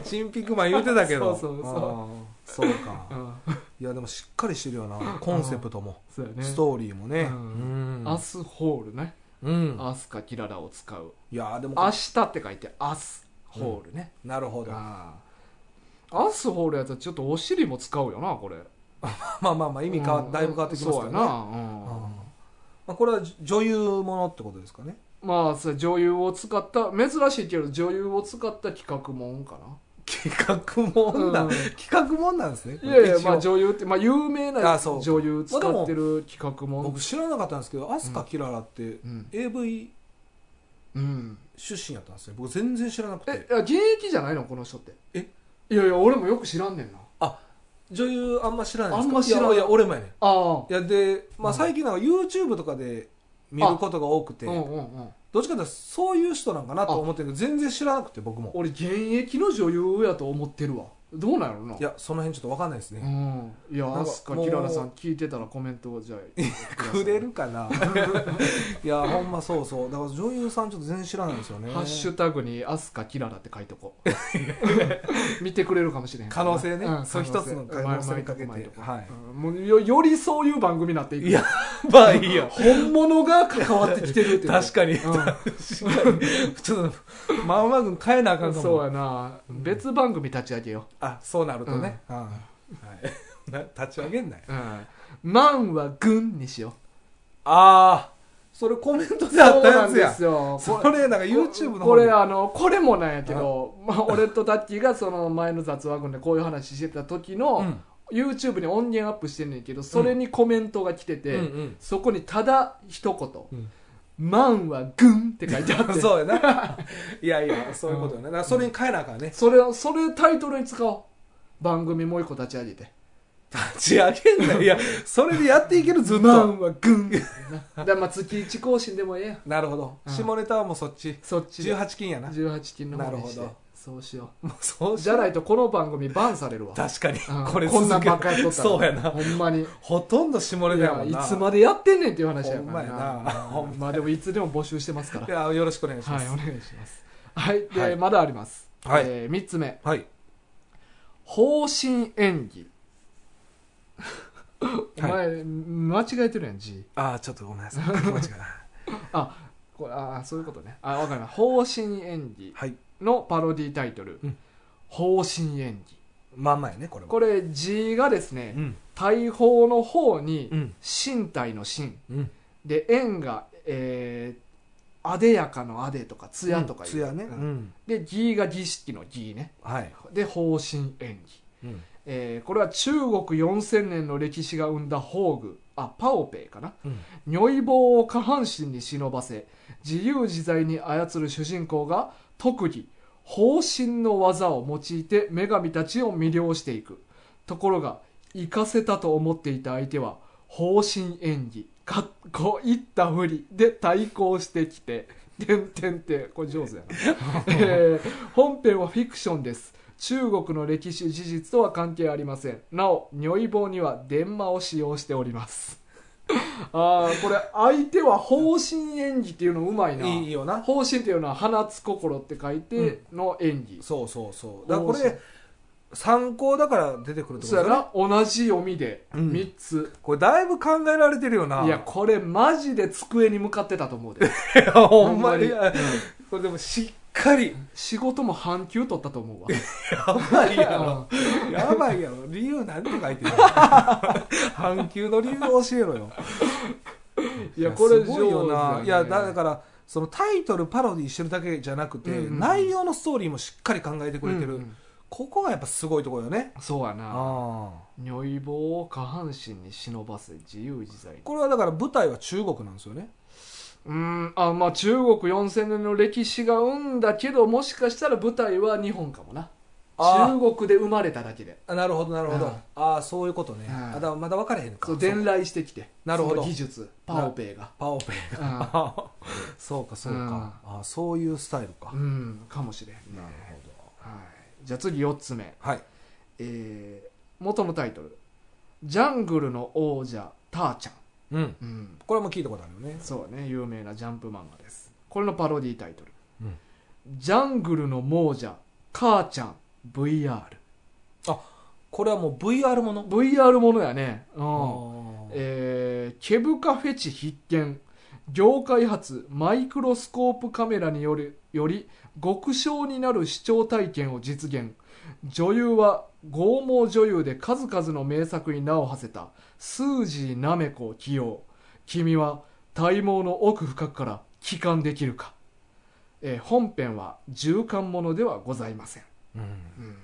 [SPEAKER 2] チンピクマン言うてたけ ど
[SPEAKER 1] そうそうそう
[SPEAKER 2] そうそうか、
[SPEAKER 1] うん
[SPEAKER 2] いやでもしっかりしてるよなコンセプトも、
[SPEAKER 1] そうやね
[SPEAKER 2] ストーリーもね
[SPEAKER 1] うん
[SPEAKER 2] うん
[SPEAKER 1] アスホールね、
[SPEAKER 2] うん
[SPEAKER 1] アスかキララを使う
[SPEAKER 2] いやでも
[SPEAKER 1] 明日って書いてアスホールね、
[SPEAKER 2] なるほどま
[SPEAKER 1] ああアスホールやったらちょっとお尻も使うよなこれ
[SPEAKER 2] あ まあまあ意味変わだいぶ変わってきます
[SPEAKER 1] か
[SPEAKER 2] からら
[SPEAKER 1] ねそ
[SPEAKER 2] ね
[SPEAKER 1] うやな、
[SPEAKER 2] ま
[SPEAKER 1] うん
[SPEAKER 2] あこれは女優ものってことですかね
[SPEAKER 1] まあそう女優を使った珍しいけど女優を使った企画もんか
[SPEAKER 2] 企画もんだ、
[SPEAKER 1] うん
[SPEAKER 2] 企画もんなんですね
[SPEAKER 1] ないやいや
[SPEAKER 2] 一応
[SPEAKER 1] まあ女優って、まあ、有名な
[SPEAKER 2] あそう
[SPEAKER 1] 女優使ってる企画もん
[SPEAKER 2] 僕知らなかったんですけど飛鳥キララって
[SPEAKER 1] うん
[SPEAKER 2] AV
[SPEAKER 1] うん
[SPEAKER 2] 出身やったんですね僕全然知らなく
[SPEAKER 1] え
[SPEAKER 2] て
[SPEAKER 1] いや現役じゃないのこの人って
[SPEAKER 2] え
[SPEAKER 1] いやいや俺もよく知らんねんな
[SPEAKER 2] 女優あんま知らないですか
[SPEAKER 1] あんま知らない
[SPEAKER 2] いやいや俺もやねん
[SPEAKER 1] ああ
[SPEAKER 2] いやで、まあ、
[SPEAKER 1] うん
[SPEAKER 2] 最近なんか YouTube とかで見ることが多くて
[SPEAKER 1] うんうんうん
[SPEAKER 2] どっちかというとそういう人なんかなと思ってるけど全然知らなくて僕も
[SPEAKER 1] 俺現役の女優やと思ってるわどうなんやろない
[SPEAKER 2] やその辺ちょっと分かんないです
[SPEAKER 1] う
[SPEAKER 2] ね、
[SPEAKER 1] んいや
[SPEAKER 2] なん
[SPEAKER 1] ア
[SPEAKER 2] か
[SPEAKER 1] スカ
[SPEAKER 2] もう
[SPEAKER 1] キララさん聞いてたらコメントをじゃあ
[SPEAKER 2] くれるかな いやほんまそうそうだから女優さんちょっと全然知らないんですよね
[SPEAKER 1] ハッシュタグに「アスカキララ」って書いとこ う見てくれるかもしれへん
[SPEAKER 2] 可能性ね
[SPEAKER 1] ん
[SPEAKER 2] そう一つの可能性にかけて
[SPEAKER 1] 前々と前々と
[SPEAKER 2] はい
[SPEAKER 1] うんもうよよりそういう番組になっていく
[SPEAKER 2] いやまあいいよ
[SPEAKER 1] 本物が関わってきてるっていう
[SPEAKER 2] 確かに、
[SPEAKER 1] うん
[SPEAKER 2] ちょっとまんま軍変えなあかんかも
[SPEAKER 1] そうやな、別番組立ち上げよ
[SPEAKER 2] あそうなるとね、うんはい、 な立ち上げんなよ
[SPEAKER 1] う、マンは軍にしよ
[SPEAKER 2] ああそれコメント
[SPEAKER 1] う
[SPEAKER 2] であ
[SPEAKER 1] そ
[SPEAKER 2] った
[SPEAKER 1] うな
[SPEAKER 2] や
[SPEAKER 1] ん
[SPEAKER 2] つ
[SPEAKER 1] で
[SPEAKER 2] や
[SPEAKER 1] すよ
[SPEAKER 2] そ
[SPEAKER 1] これ
[SPEAKER 2] れなんか YouTube の
[SPEAKER 1] こ
[SPEAKER 2] 方で
[SPEAKER 1] れあのこれもなんやけどまあ、俺とタッキーがその前の雑話群でこういう話してた時の、
[SPEAKER 2] うん
[SPEAKER 1] YouTube に音源アップしてんねんけどそれにコメントが来てて、
[SPEAKER 2] うんうん
[SPEAKER 1] そこにただ一言
[SPEAKER 2] うん
[SPEAKER 1] 「マンは軍」って書いてあって
[SPEAKER 2] そうやないやいやそういうことよねだからそれに変えなあかんね、
[SPEAKER 1] それをそれタイトルに使おう番組もう一個立ち上げて
[SPEAKER 2] 立ち上げんなよいやそれでやっていけるず
[SPEAKER 1] 「
[SPEAKER 2] っ
[SPEAKER 1] マ
[SPEAKER 2] と
[SPEAKER 1] ンは軍」だからまあ月1更新でもええやん
[SPEAKER 2] なるほど、
[SPEAKER 1] うん
[SPEAKER 2] 下ネタはもうそっち
[SPEAKER 1] そっちで
[SPEAKER 2] 18禁やな
[SPEAKER 1] 18金の方にして
[SPEAKER 2] なるほど
[SPEAKER 1] そうしよ
[SPEAKER 2] もうそううし
[SPEAKER 1] じゃないとこの番組バンされるわ
[SPEAKER 2] 確かに、
[SPEAKER 1] うん
[SPEAKER 2] これ
[SPEAKER 1] こんな
[SPEAKER 2] 続け
[SPEAKER 1] バカやっとったら
[SPEAKER 2] そうやな
[SPEAKER 1] ほんまに
[SPEAKER 2] ほとんど下ネ
[SPEAKER 1] い
[SPEAKER 2] タやも
[SPEAKER 1] や
[SPEAKER 2] ん
[SPEAKER 1] い
[SPEAKER 2] ない
[SPEAKER 1] つまでやってんねんっていう話や
[SPEAKER 2] ほん
[SPEAKER 1] か
[SPEAKER 2] ま
[SPEAKER 1] ら
[SPEAKER 2] やなほんま
[SPEAKER 1] まあでもいつでも募集してますから
[SPEAKER 2] いやよろしくお願いしま
[SPEAKER 1] はい、
[SPEAKER 2] す
[SPEAKER 1] お願いします。はい、で、
[SPEAKER 2] はい
[SPEAKER 1] まだあります。
[SPEAKER 2] はい
[SPEAKER 1] えー三つ目。
[SPEAKER 2] はい
[SPEAKER 1] 方針演技。お前、
[SPEAKER 2] は
[SPEAKER 1] 間違えてるやん、字。
[SPEAKER 2] ああちょっとごめんなさい気持ちがな
[SPEAKER 1] あ、これ、あーそういうことね。あ、わかりました。方針演技
[SPEAKER 2] はい
[SPEAKER 1] のパロディタイトル。
[SPEAKER 2] うん
[SPEAKER 1] 方針演技。
[SPEAKER 2] まんまやねこれも
[SPEAKER 1] これ、字がですね、
[SPEAKER 2] うん
[SPEAKER 1] 大砲の方に、
[SPEAKER 2] うん
[SPEAKER 1] 身体の身。
[SPEAKER 2] うん
[SPEAKER 1] で、円が、えー、あでやかのあでとか、つやとかいう。
[SPEAKER 2] 艶ね
[SPEAKER 1] う
[SPEAKER 2] うんん
[SPEAKER 1] で、儀が儀式の儀ね。
[SPEAKER 2] はい
[SPEAKER 1] で、方針演技。
[SPEAKER 2] うん
[SPEAKER 1] えーこれは中国4000年の歴史が生んだ宝具あパオペイかな如意棒を下半身に忍ばせ自由自在に操る主人公が特技方針の技を用いて女神たちを魅了していくところが生かせたと思っていた相手は方針演技かっこいったふりで対抗してきててんてんてんこれ上手や なえー本編はフィクションです中国の歴史事実とは関係ありませんなお如意棒には電話を使用しておりますああこれ相手は方針演技っていうのうまいない
[SPEAKER 2] いよな
[SPEAKER 1] 方針っていうのは放つ心って書いての演技、
[SPEAKER 2] そうそうそうだからこ
[SPEAKER 1] おー
[SPEAKER 2] れ参考だから出てくるってこ
[SPEAKER 1] そう
[SPEAKER 2] と
[SPEAKER 1] や
[SPEAKER 2] だね
[SPEAKER 1] な同じ読みで
[SPEAKER 2] うん
[SPEAKER 1] 3つ、
[SPEAKER 2] これだいぶ考えられてるよ ない
[SPEAKER 1] やこれマジで机に向かってたと思うで
[SPEAKER 2] いやほんまに
[SPEAKER 1] ほんまに
[SPEAKER 2] いやこれでもしっかり
[SPEAKER 1] 仕事も半休取ったと思うわ
[SPEAKER 2] やばいやろ
[SPEAKER 1] うん
[SPEAKER 2] やばいやろ理由なんて 書いてる半球の理由教えろよ
[SPEAKER 1] いやこれ
[SPEAKER 2] すごいよ
[SPEAKER 1] 上手や
[SPEAKER 2] な
[SPEAKER 1] ね
[SPEAKER 2] いやだからそのタイトルパロディしてるだけじゃなくて、
[SPEAKER 1] うんうん
[SPEAKER 2] 内容のストーリーもしっかり考えてくれてる、
[SPEAKER 1] うんうん
[SPEAKER 2] ここがやっぱすごいところよね
[SPEAKER 1] そうやな
[SPEAKER 2] ああ
[SPEAKER 1] 如意棒を下半身に忍ばせ自由自在に
[SPEAKER 2] これはだから舞台は中国なんですよね
[SPEAKER 1] うーんあまあ中国4000年の歴史が生んだけどもしかしたら舞台は日本かもな
[SPEAKER 2] あー
[SPEAKER 1] 中国で生まれただけで
[SPEAKER 2] あなるほどなるほど、
[SPEAKER 1] うん
[SPEAKER 2] ああそういうことね、
[SPEAKER 1] うん
[SPEAKER 2] あだからまだ分かれへんか
[SPEAKER 1] そう
[SPEAKER 2] そ
[SPEAKER 1] 伝
[SPEAKER 2] う
[SPEAKER 1] 来してきて
[SPEAKER 2] なるほど
[SPEAKER 1] その技術パオペイが
[SPEAKER 2] パオペイが、 そうかそうか、
[SPEAKER 1] うん
[SPEAKER 2] ああそういうスタイルか、
[SPEAKER 1] うんかもしれん、
[SPEAKER 2] なるほど
[SPEAKER 1] はい、じゃあ次4つ目、
[SPEAKER 2] はい
[SPEAKER 1] えー元のタイトル「ジャングルの王者ターちゃん
[SPEAKER 2] うん」
[SPEAKER 1] うん、
[SPEAKER 2] これも聞いたことあるよね
[SPEAKER 1] そうね有名なジャンプ漫画ですこれのパロディタイトル「
[SPEAKER 2] うん
[SPEAKER 1] ジャングルの亡者母ちゃん VR」
[SPEAKER 2] これはもう VR もの
[SPEAKER 1] VR ものやねう
[SPEAKER 2] あ
[SPEAKER 1] ん
[SPEAKER 2] ー
[SPEAKER 1] えー、ケブカフェチ必見業界初マイクロスコープカメラによりより極小になる視聴体験を実現女優は剛毛女優で数々の名作に名を馳せたスージーなめこを起用君は体毛の奥深くから帰還できるか、えー本編は10巻ものではございません、
[SPEAKER 2] うん
[SPEAKER 1] うん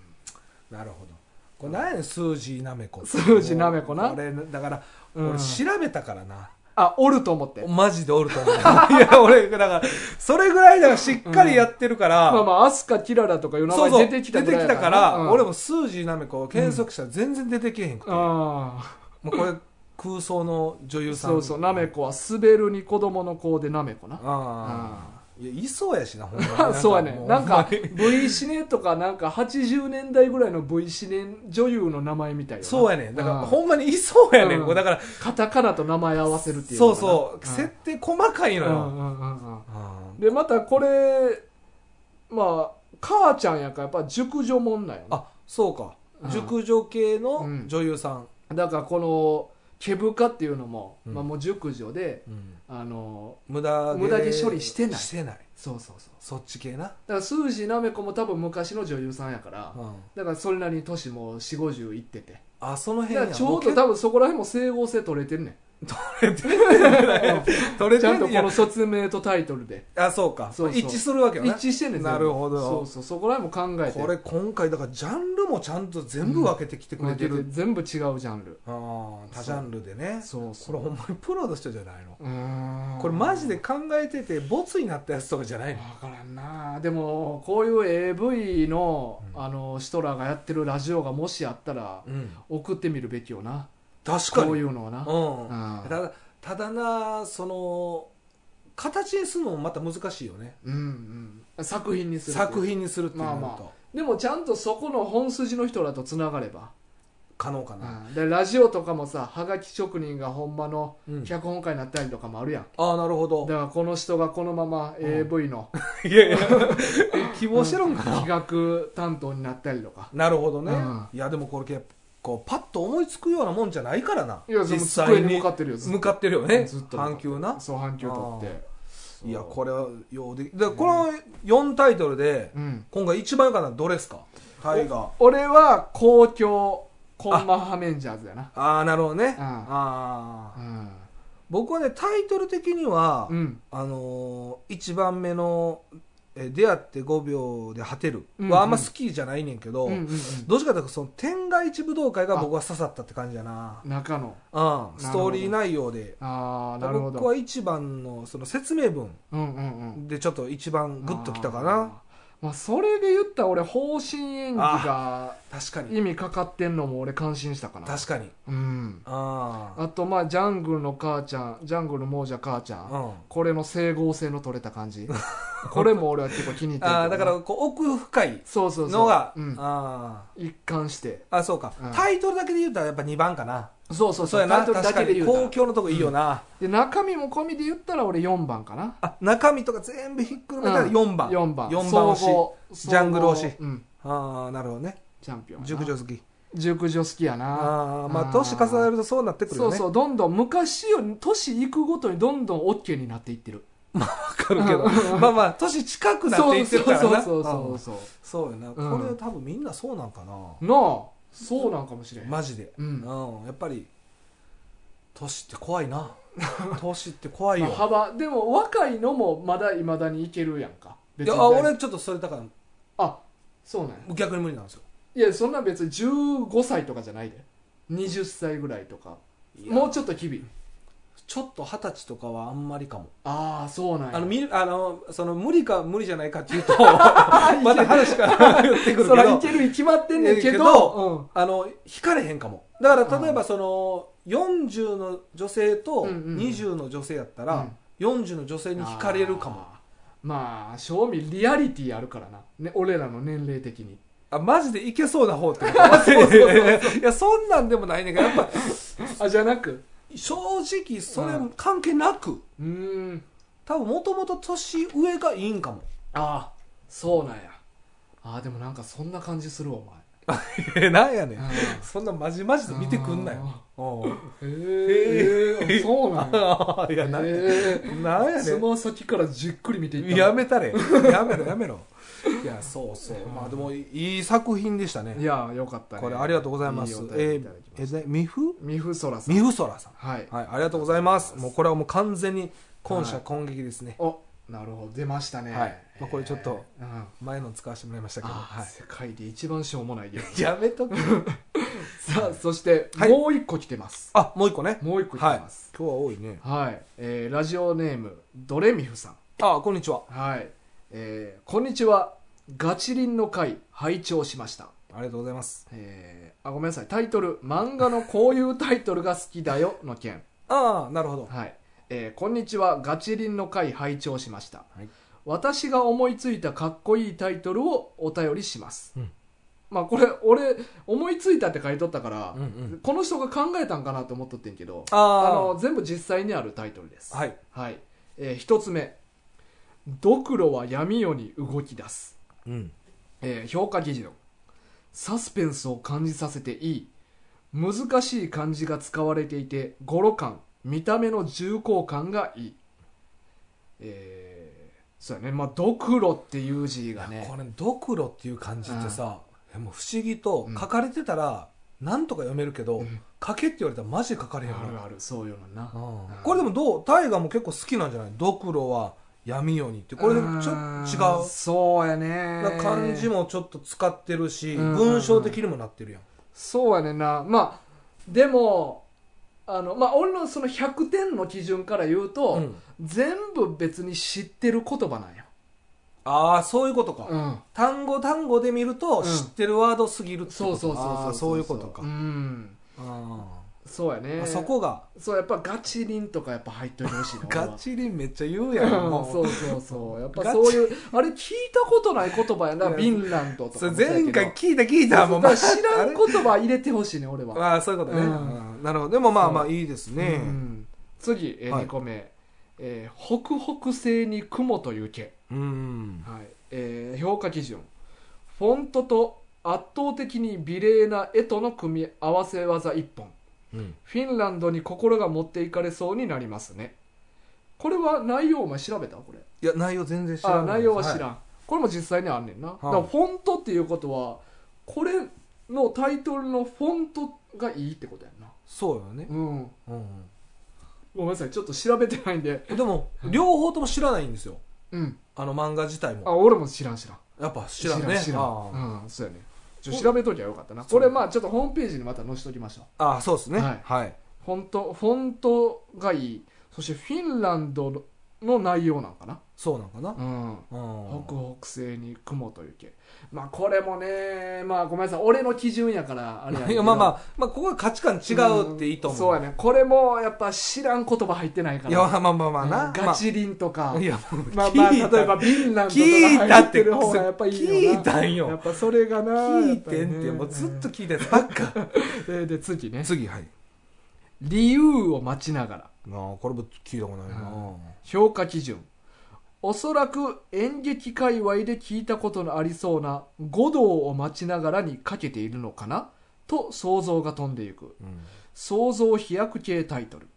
[SPEAKER 2] なるほどこれ何やねん数字なめこって
[SPEAKER 1] 数字なめこな
[SPEAKER 2] これだから
[SPEAKER 1] うん
[SPEAKER 2] 俺調べたからな、
[SPEAKER 1] あおると思って
[SPEAKER 2] マジでおると思う いや俺だからそれぐらいだからしっかりやってるから、
[SPEAKER 1] まあまあ、アスカ、キララとかいう名
[SPEAKER 2] そ
[SPEAKER 1] 前
[SPEAKER 2] うそう
[SPEAKER 1] 出てきた
[SPEAKER 2] 出てきたから、俺
[SPEAKER 1] も。
[SPEAKER 2] も数字なめこを検索したら全然出てけへんくて、も
[SPEAKER 1] あ
[SPEAKER 2] うこれ空想の女優
[SPEAKER 1] あ。
[SPEAKER 2] さん
[SPEAKER 1] そうそう、なめこは滑るに子供の子でなめこな。
[SPEAKER 2] ああいやいそうやしな ほんまに
[SPEAKER 1] あそうやね
[SPEAKER 2] も。
[SPEAKER 1] なんか
[SPEAKER 2] ほんまに、
[SPEAKER 1] V シネとか、なんか80年代ぐらいの V シネ女優の名前みたいよな
[SPEAKER 2] そうやねだから
[SPEAKER 1] うん
[SPEAKER 2] ほんまにいそうやね
[SPEAKER 1] うん
[SPEAKER 2] これだから
[SPEAKER 1] カタカナと名前合わせるっていう
[SPEAKER 2] そ
[SPEAKER 1] の
[SPEAKER 2] う
[SPEAKER 1] かな。
[SPEAKER 2] そう
[SPEAKER 1] うん
[SPEAKER 2] 設定細かいの
[SPEAKER 1] うん
[SPEAKER 2] よ
[SPEAKER 1] うんうんうん
[SPEAKER 2] あ
[SPEAKER 1] で、またこれ、まあ、母ちゃんやから、やっぱ熟女もんなんよ
[SPEAKER 2] ーあそうか
[SPEAKER 1] うん
[SPEAKER 2] 熟女系の
[SPEAKER 1] うん
[SPEAKER 2] 女優さん
[SPEAKER 1] な。だから、この、毛深っていうのも、
[SPEAKER 2] うん
[SPEAKER 1] まあもう熟女で、
[SPEAKER 2] うん
[SPEAKER 1] あの、
[SPEAKER 2] 無駄
[SPEAKER 1] 無駄毛処理してない
[SPEAKER 2] してない
[SPEAKER 1] そうそうそう。
[SPEAKER 2] そっち系な
[SPEAKER 1] だからスージーなめこも多分昔の女優さんやから、
[SPEAKER 2] うん
[SPEAKER 1] だからそれなりに年も4 5 0いってて
[SPEAKER 2] あその
[SPEAKER 1] だ
[SPEAKER 2] 辺
[SPEAKER 1] か
[SPEAKER 2] や
[SPEAKER 1] らちょ
[SPEAKER 2] も
[SPEAKER 1] う
[SPEAKER 2] 結
[SPEAKER 1] ど
[SPEAKER 2] 構
[SPEAKER 1] 多分そこら辺も整合性取れてるね
[SPEAKER 2] 取れ
[SPEAKER 1] んち
[SPEAKER 2] て
[SPEAKER 1] ゃ
[SPEAKER 2] ん
[SPEAKER 1] んと
[SPEAKER 2] ね
[SPEAKER 1] こ
[SPEAKER 2] や
[SPEAKER 1] の説明とタイトルで
[SPEAKER 2] あそうか
[SPEAKER 1] そうそう
[SPEAKER 2] 一致するわけよね
[SPEAKER 1] 一致してんねん全部
[SPEAKER 2] なるほど
[SPEAKER 1] そうそうそこら辺も考えて
[SPEAKER 2] これ今回だからジャンルもちゃんと全部分けてきてくれてる
[SPEAKER 1] 全部違うジャンル
[SPEAKER 2] あー多ジャンルでね
[SPEAKER 1] そう
[SPEAKER 2] こ
[SPEAKER 1] そ
[SPEAKER 2] れ
[SPEAKER 1] う
[SPEAKER 2] ほんまにプロの人じゃないの
[SPEAKER 1] うーん
[SPEAKER 2] これマジで考えててボツになったやつとかじゃない
[SPEAKER 1] 分
[SPEAKER 2] の
[SPEAKER 1] からんなでもこういう AV の,、
[SPEAKER 2] うん
[SPEAKER 1] あの人らがやってるラジオがもしあったら
[SPEAKER 2] うん
[SPEAKER 1] 送ってみるべきよな
[SPEAKER 2] 確か
[SPEAKER 1] こう
[SPEAKER 2] に
[SPEAKER 1] いうのはな
[SPEAKER 2] う
[SPEAKER 1] う
[SPEAKER 2] ん
[SPEAKER 1] ん
[SPEAKER 2] ただただなその形にするのもまた難しいよね
[SPEAKER 1] うんうん、作品にするっていう
[SPEAKER 2] 作品にするっていうの
[SPEAKER 1] まあ
[SPEAKER 2] と
[SPEAKER 1] でもちゃんとそこの本筋の人らとつながれば、
[SPEAKER 2] 可能かな
[SPEAKER 1] うんでラジオとかもさはがき職人がほんまの
[SPEAKER 2] うん
[SPEAKER 1] 脚本家になったりとかもあるやん、
[SPEAKER 2] ああなるほ
[SPEAKER 1] だ
[SPEAKER 2] ど
[SPEAKER 1] からこの人がこのまま
[SPEAKER 2] うん
[SPEAKER 1] AV の
[SPEAKER 2] いやいやえ希望してるんかな
[SPEAKER 1] 企画担当になったりとか
[SPEAKER 2] なるほどね、
[SPEAKER 1] うん
[SPEAKER 2] いやでもこれ結構パッと思いつくようなもんじゃないからない
[SPEAKER 1] やその机に向かってるよずっ
[SPEAKER 2] 向かってるよね
[SPEAKER 1] ずっと
[SPEAKER 2] 半球な
[SPEAKER 1] そう半球取って
[SPEAKER 2] いやこれはようできでこの4タイトルで
[SPEAKER 1] うん
[SPEAKER 2] 今回一番良かったのはどれですかタイガー
[SPEAKER 1] 俺は公共コンマハメンジャーズやな
[SPEAKER 2] ああなるほどね
[SPEAKER 1] うん
[SPEAKER 2] あ
[SPEAKER 1] う
[SPEAKER 2] あ
[SPEAKER 1] ん
[SPEAKER 2] 僕はねタイトル的には、
[SPEAKER 1] うん
[SPEAKER 2] あのー、1番目のえー「出会って5秒で果てる」
[SPEAKER 1] うん
[SPEAKER 2] はあんま好きじゃないねんけど、
[SPEAKER 1] うんうん
[SPEAKER 2] どっちかというとその天外一武道会が僕は刺さったって感じやな
[SPEAKER 1] う、ん中野
[SPEAKER 2] うん、
[SPEAKER 1] ど
[SPEAKER 2] ストーリー内容で
[SPEAKER 1] ああなるほ
[SPEAKER 2] 僕は
[SPEAKER 1] ど
[SPEAKER 2] 1番のその説明文
[SPEAKER 1] うんうんうん
[SPEAKER 2] でちょっと一番グッときたかな
[SPEAKER 1] あーまあそれで言ったら俺方針演技が
[SPEAKER 2] 確かに
[SPEAKER 1] 意味かかってんのも俺感心したかな
[SPEAKER 2] 確かに
[SPEAKER 1] うん
[SPEAKER 2] あ
[SPEAKER 1] あとまあジャングルの母ちゃんジャングルの亡者母ちゃ
[SPEAKER 2] あ
[SPEAKER 1] ん、
[SPEAKER 2] うん
[SPEAKER 1] これの整合性の取れた感 じこれも俺は結構気に入ってるけど
[SPEAKER 2] あ
[SPEAKER 1] な
[SPEAKER 2] あだからこう奥深い
[SPEAKER 1] そうそうそう
[SPEAKER 2] のが
[SPEAKER 1] うん
[SPEAKER 2] あ
[SPEAKER 1] 一貫して
[SPEAKER 2] ああそうか、
[SPEAKER 1] うん
[SPEAKER 2] タイトルだけで言うたらやっぱ2番かな
[SPEAKER 1] そうそう
[SPEAKER 2] そうやな
[SPEAKER 1] タイトルだ
[SPEAKER 2] 確か
[SPEAKER 1] けで
[SPEAKER 2] に
[SPEAKER 1] 言うた
[SPEAKER 2] 公
[SPEAKER 1] ら
[SPEAKER 2] 共のとこいいよな、
[SPEAKER 1] で中身も込みで言ったら俺4番かな
[SPEAKER 2] あ中身とか全部ひっくるめたら
[SPEAKER 1] うん
[SPEAKER 2] 4番、
[SPEAKER 1] 4番
[SPEAKER 2] 四番推し
[SPEAKER 1] 総合
[SPEAKER 2] ジャングル推し
[SPEAKER 1] 総合うん
[SPEAKER 2] ああなるほどね
[SPEAKER 1] チャンピオンやな
[SPEAKER 2] 熟女好き
[SPEAKER 1] 熟女好きやな
[SPEAKER 2] ああ
[SPEAKER 1] あ
[SPEAKER 2] まあ
[SPEAKER 1] ー
[SPEAKER 2] 年重ねるとそうなってくる
[SPEAKER 1] そ
[SPEAKER 2] よ
[SPEAKER 1] う
[SPEAKER 2] ね
[SPEAKER 1] そうどんどん昔より年いくごとにどんどん OK になっていってる
[SPEAKER 2] わかるけど まあまあ年近くなっていってるからな
[SPEAKER 1] そうそうそううそうん
[SPEAKER 2] そうよな、これ多分みんなそうなんかな、
[SPEAKER 1] なあそうなんかもしれん、
[SPEAKER 2] マジで
[SPEAKER 1] う
[SPEAKER 2] うんん、やっぱり年って怖 いな年って怖い
[SPEAKER 1] ま
[SPEAKER 2] よ
[SPEAKER 1] あ幅でも若いのもまだいまだにいけるやんか
[SPEAKER 2] い
[SPEAKER 1] 別
[SPEAKER 2] や
[SPEAKER 1] に
[SPEAKER 2] あ俺ちょっとそれだから
[SPEAKER 1] あそうなんや
[SPEAKER 2] 逆に無理なんですよ
[SPEAKER 1] いやそんな別に15歳とかじゃないで20歳ぐらいとか
[SPEAKER 2] いや
[SPEAKER 1] もうちょっと日々
[SPEAKER 2] ちょっと二十歳とかはあんまりかも、
[SPEAKER 1] ああそうなんや
[SPEAKER 2] あのみあのその無理か無理じゃないかっていう とまた話が言ってくる
[SPEAKER 1] そ
[SPEAKER 2] け
[SPEAKER 1] らい
[SPEAKER 2] ど
[SPEAKER 1] けるに決まってんねんけ
[SPEAKER 2] ええけ
[SPEAKER 1] ど
[SPEAKER 2] あの引かれへんかもだから例えばその40の女性と
[SPEAKER 1] うんうんうん
[SPEAKER 2] 20の女性やった
[SPEAKER 1] う
[SPEAKER 2] ら
[SPEAKER 1] ん
[SPEAKER 2] 40の女性に引かれるかも
[SPEAKER 1] あーまあ正味リアリティあるからな、ね、俺らの年齢的に
[SPEAKER 2] あマジでいけそうな方ってこと いやそんなんでもないねんけどやっぱ
[SPEAKER 1] あじゃなく
[SPEAKER 2] 正直それ
[SPEAKER 1] うん
[SPEAKER 2] 関係なく
[SPEAKER 1] うーん
[SPEAKER 2] 多分もともと年上がいいん かも
[SPEAKER 1] ああそうなんやああでもなんかそんな感じするわお
[SPEAKER 2] えなんやね
[SPEAKER 1] 前
[SPEAKER 2] そんなまじまじと見てくんなようん
[SPEAKER 1] へえ
[SPEAKER 2] へー
[SPEAKER 1] そうなんや
[SPEAKER 2] あーいやなんや
[SPEAKER 1] へ
[SPEAKER 2] なんや
[SPEAKER 1] え
[SPEAKER 2] ねん
[SPEAKER 1] つま先からじっくり見ていった
[SPEAKER 2] やめたれやめろやめろいやそうそうまあでもいい作品でした
[SPEAKER 1] い
[SPEAKER 2] ね
[SPEAKER 1] やよかったね
[SPEAKER 2] これありがとうございます
[SPEAKER 1] いお便り
[SPEAKER 2] え
[SPEAKER 1] いただきました
[SPEAKER 2] ええミフ
[SPEAKER 1] ミフソラさん
[SPEAKER 2] ミフソラさん
[SPEAKER 1] はい
[SPEAKER 2] はいありがとうございますもうこれはもう完全に今
[SPEAKER 1] は
[SPEAKER 2] 社
[SPEAKER 1] い
[SPEAKER 2] 今撃ですね
[SPEAKER 1] おなるほど出ましたね
[SPEAKER 2] はいまあこれちょっと
[SPEAKER 1] えーうん
[SPEAKER 2] 前の使わせてもらいましたけど
[SPEAKER 1] あー
[SPEAKER 2] は
[SPEAKER 1] 世界で一番しょうもないゲーム
[SPEAKER 2] いやめとけ
[SPEAKER 1] さあ そして
[SPEAKER 2] はい
[SPEAKER 1] もう一個来てます
[SPEAKER 2] あもう一個ね
[SPEAKER 1] もう一個来
[SPEAKER 2] はい
[SPEAKER 1] て
[SPEAKER 2] 今
[SPEAKER 1] ます
[SPEAKER 2] 日は多いね
[SPEAKER 1] はいえーラジオネームドレミフさん
[SPEAKER 2] あこんにちは
[SPEAKER 1] はいえーこんにちはガチリンの会拝聴しました
[SPEAKER 2] ありがとうございます
[SPEAKER 1] えーあごめんなさいタイトル「漫画のこういうタイトルが好きだよ」の件
[SPEAKER 2] ああなるほど
[SPEAKER 1] はい、えーこんにちはガチリンの会拝聴しました、
[SPEAKER 2] はい
[SPEAKER 1] 私が思いついたかっこいいタイトルをお便りします、
[SPEAKER 2] うん
[SPEAKER 1] まあこれ俺思いついたって書いとったから、
[SPEAKER 2] うんうん
[SPEAKER 1] この人が考えたんかなと思っとってんけどあ
[SPEAKER 2] あ
[SPEAKER 1] の全部実際にあるタイトルです
[SPEAKER 2] あはい
[SPEAKER 1] はい、え1つ目「ドクロは闇夜に動き出す」
[SPEAKER 2] うん
[SPEAKER 1] えー評価記事のサスペンスを感じさせていい難しい漢字が使われていて語呂感見た目の重厚感がいいえーそうやねまあドクロっていう字がね
[SPEAKER 2] これドクロっていう漢字ってさ、もう不思議と
[SPEAKER 1] うん
[SPEAKER 2] 書かれてたらなんとか読めるけど、
[SPEAKER 1] うん
[SPEAKER 2] 書けって言われたらマジで書かれへんよ
[SPEAKER 1] ある
[SPEAKER 2] な
[SPEAKER 1] あるそういうのな
[SPEAKER 2] うん
[SPEAKER 1] うん
[SPEAKER 2] これでもどう大河も結構好きなんじゃないドクロは闇夜にってこれでもちょ
[SPEAKER 1] うん
[SPEAKER 2] っと違う
[SPEAKER 1] そうやね
[SPEAKER 2] な漢字もちょっと使ってるし、
[SPEAKER 1] うん
[SPEAKER 2] 文章的にもなってるやん、
[SPEAKER 1] そうやねんなまあでもあのまあ俺のその100点の基準から言うと、
[SPEAKER 2] うん
[SPEAKER 1] 全部別に知ってる言葉なんや
[SPEAKER 2] ああそういうことか、
[SPEAKER 1] うん
[SPEAKER 2] 単語単語で見ると
[SPEAKER 1] うん
[SPEAKER 2] 知ってるワードすぎるってこ
[SPEAKER 1] そう
[SPEAKER 2] と
[SPEAKER 1] そうそう
[SPEAKER 2] あ
[SPEAKER 1] そ
[SPEAKER 2] ー
[SPEAKER 1] う
[SPEAKER 2] そういうことか、
[SPEAKER 1] うん
[SPEAKER 2] あ
[SPEAKER 1] そうや
[SPEAKER 2] ー
[SPEAKER 1] ね
[SPEAKER 2] あそこが
[SPEAKER 1] そうやっぱガチリンとかやっぱ入っといてほしいな
[SPEAKER 2] ガチリンめっちゃ言う
[SPEAKER 1] 俺
[SPEAKER 2] やん
[SPEAKER 1] はうん
[SPEAKER 2] もう
[SPEAKER 1] そうそうそうやっぱそういうあれ聞いたことない言葉やない
[SPEAKER 2] や
[SPEAKER 1] ビンランドと
[SPEAKER 2] そ
[SPEAKER 1] か
[SPEAKER 2] れ
[SPEAKER 1] もそうやけど
[SPEAKER 2] 前回聞いた聞いたも
[SPEAKER 1] そうう
[SPEAKER 2] ま
[SPEAKER 1] だ
[SPEAKER 2] あ
[SPEAKER 1] から知ら
[SPEAKER 2] あ
[SPEAKER 1] ん
[SPEAKER 2] れ
[SPEAKER 1] 言葉入れてほしいね俺は
[SPEAKER 2] ああそういうことね、
[SPEAKER 1] うん
[SPEAKER 2] うんなるほどでもまあ
[SPEAKER 1] そう
[SPEAKER 2] まあいいです
[SPEAKER 1] う
[SPEAKER 2] ね
[SPEAKER 1] ん次、え
[SPEAKER 2] はい
[SPEAKER 1] 2個目、えー北北西に雲と雪」
[SPEAKER 2] うん、
[SPEAKER 1] はいえー評価基準フォントと圧倒的に美麗な絵との組み合わせ技1本フィンランドに心が持っていかれそうになりますねこれは内容お前調べたこれ
[SPEAKER 2] いや内容全然知らない
[SPEAKER 1] あ内容は知らん、
[SPEAKER 2] い
[SPEAKER 1] これも実際にあんねんな、
[SPEAKER 2] い
[SPEAKER 1] だからフォントっていうことはこれのタイトルのフォントがいいってことやんな
[SPEAKER 2] そうよね、
[SPEAKER 1] うん
[SPEAKER 2] うん
[SPEAKER 1] ごめんなさいちょっと調べてないんで
[SPEAKER 2] でも両方とも知らないんですよ
[SPEAKER 1] うん
[SPEAKER 2] あの漫画自体も
[SPEAKER 1] あ俺も知らん知らん
[SPEAKER 2] やっぱ知らんね
[SPEAKER 1] 知らん知ら
[SPEAKER 2] あ
[SPEAKER 1] んうんそうやねちょっと調べときゃよかったなこれまあちょっとホームページにまた載せときましょう
[SPEAKER 2] ああそうですね
[SPEAKER 1] は
[SPEAKER 2] はいい、
[SPEAKER 1] フォントフォントがいいそしてフィンランドの内容なんかな
[SPEAKER 2] そうなんかな、
[SPEAKER 1] うん
[SPEAKER 2] うん
[SPEAKER 1] 北北西に雲と雪まあこれもねまあごめんなさい俺の基準やからあれや
[SPEAKER 2] いやまあまあ、まあ、ここは価値観違うっていいと思う、
[SPEAKER 1] そうやねこれもやっぱ知らん言葉入ってないから
[SPEAKER 2] いやまあまあまあまあな、
[SPEAKER 1] うんガチリンとか、
[SPEAKER 2] まあいやもう
[SPEAKER 1] まあまあ
[SPEAKER 2] 聞
[SPEAKER 1] 例
[SPEAKER 2] い
[SPEAKER 1] え
[SPEAKER 2] た
[SPEAKER 1] ばビンランドとか
[SPEAKER 2] 聞いた
[SPEAKER 1] 入っ
[SPEAKER 2] っ
[SPEAKER 1] て
[SPEAKER 2] て
[SPEAKER 1] る方がやっぱいいよな
[SPEAKER 2] 聞いたん
[SPEAKER 1] やっ
[SPEAKER 2] よ
[SPEAKER 1] ぱそれがな
[SPEAKER 2] 聞いてんってもうずっと聞いてたばっか
[SPEAKER 1] と、でで次ね
[SPEAKER 2] 次はい
[SPEAKER 1] 理由を待ちながら
[SPEAKER 2] なあこれも聞いたことないな、
[SPEAKER 1] う評価基準おそらく演劇界隈で聞いたことのありそうな五道を待ちながらにかけているのかなと想像が飛んでいく
[SPEAKER 2] うん
[SPEAKER 1] 想像飛躍系タイトル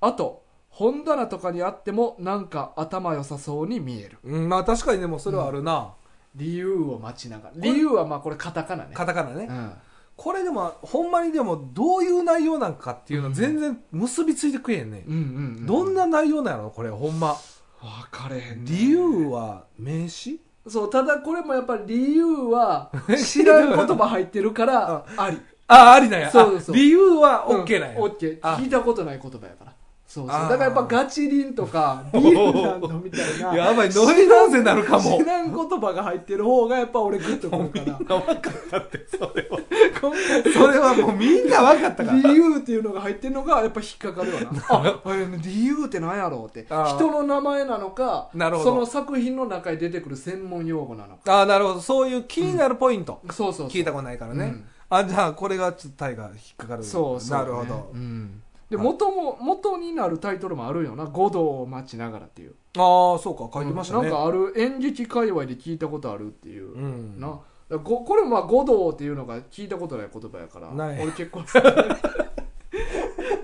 [SPEAKER 1] あと本棚とかにあってもなんか頭良さそうに見える
[SPEAKER 2] うん、まあ確かにでもそれはあるな、
[SPEAKER 1] 理由を待ちながら理由はまあこれカタカナね
[SPEAKER 2] カタカナね、
[SPEAKER 1] うん
[SPEAKER 2] これでもほんまにでもどういう内容なんかっていう
[SPEAKER 1] う
[SPEAKER 2] の
[SPEAKER 1] ん
[SPEAKER 2] 全然結びついてくれへんね、
[SPEAKER 1] うんうんうん
[SPEAKER 2] どんな内容なのこれほんま
[SPEAKER 1] 分かれへんね
[SPEAKER 2] 理由は名詞
[SPEAKER 1] そうただこれもやっぱり理由 は知らん言葉入ってるからあり
[SPEAKER 2] あありなんや
[SPEAKER 1] そうそう
[SPEAKER 2] あ理由は OK なんや、
[SPEAKER 1] オッケー
[SPEAKER 2] あ
[SPEAKER 1] 聞いたことない言葉やからそうそう
[SPEAKER 2] あ
[SPEAKER 1] だ
[SPEAKER 2] ー
[SPEAKER 1] からやっぱガチリンと かビールランドみたいな
[SPEAKER 2] やばいノイローゼになるかも
[SPEAKER 1] 知らん言葉が入ってる方がやっぱ俺グッとくる から
[SPEAKER 2] 分かったってそれは
[SPEAKER 1] 今回
[SPEAKER 2] それはもうみんな分かったから
[SPEAKER 1] 理由っていうのが入ってるのがやっぱ引っかかるよ な ああれ理由って何やろうって
[SPEAKER 2] あー
[SPEAKER 1] 人の名前なのか
[SPEAKER 2] なるほど
[SPEAKER 1] その作品の中に出てくる専門用語なのか
[SPEAKER 2] ああなるほどそういう気になるポイント、
[SPEAKER 1] そうそうそ
[SPEAKER 2] 聞いうたことないからね、
[SPEAKER 1] うん
[SPEAKER 2] あじゃあこれがちょっとタイが引っかかる
[SPEAKER 1] そうそうね
[SPEAKER 2] なるほど、うん
[SPEAKER 1] で
[SPEAKER 2] はい
[SPEAKER 1] 元も元になるタイトルもあるよな「五道を待ちながら」っていう
[SPEAKER 2] ああそうか書いてましたね、
[SPEAKER 1] なんかある演劇界隈で聞いたことあるっていう、
[SPEAKER 2] うん
[SPEAKER 1] なだからごこれもまあ五道っていうのが聞いたことない言葉やから
[SPEAKER 2] ない
[SPEAKER 1] 俺結構 だか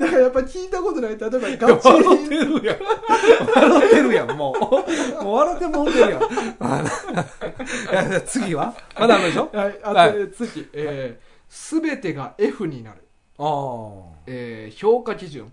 [SPEAKER 1] らやっぱ聞いたことない例えばガチ
[SPEAKER 2] 笑
[SPEAKER 1] リ
[SPEAKER 2] っ
[SPEAKER 1] ン
[SPEAKER 2] てるやん。笑ってるやん、もう。 もう笑ってもうてるやん。あい やいや次はまだあるでしょ
[SPEAKER 1] はい、あと、
[SPEAKER 2] はい
[SPEAKER 1] えー次、えー、全てが F になる、
[SPEAKER 2] ああ。
[SPEAKER 1] えー評価基準、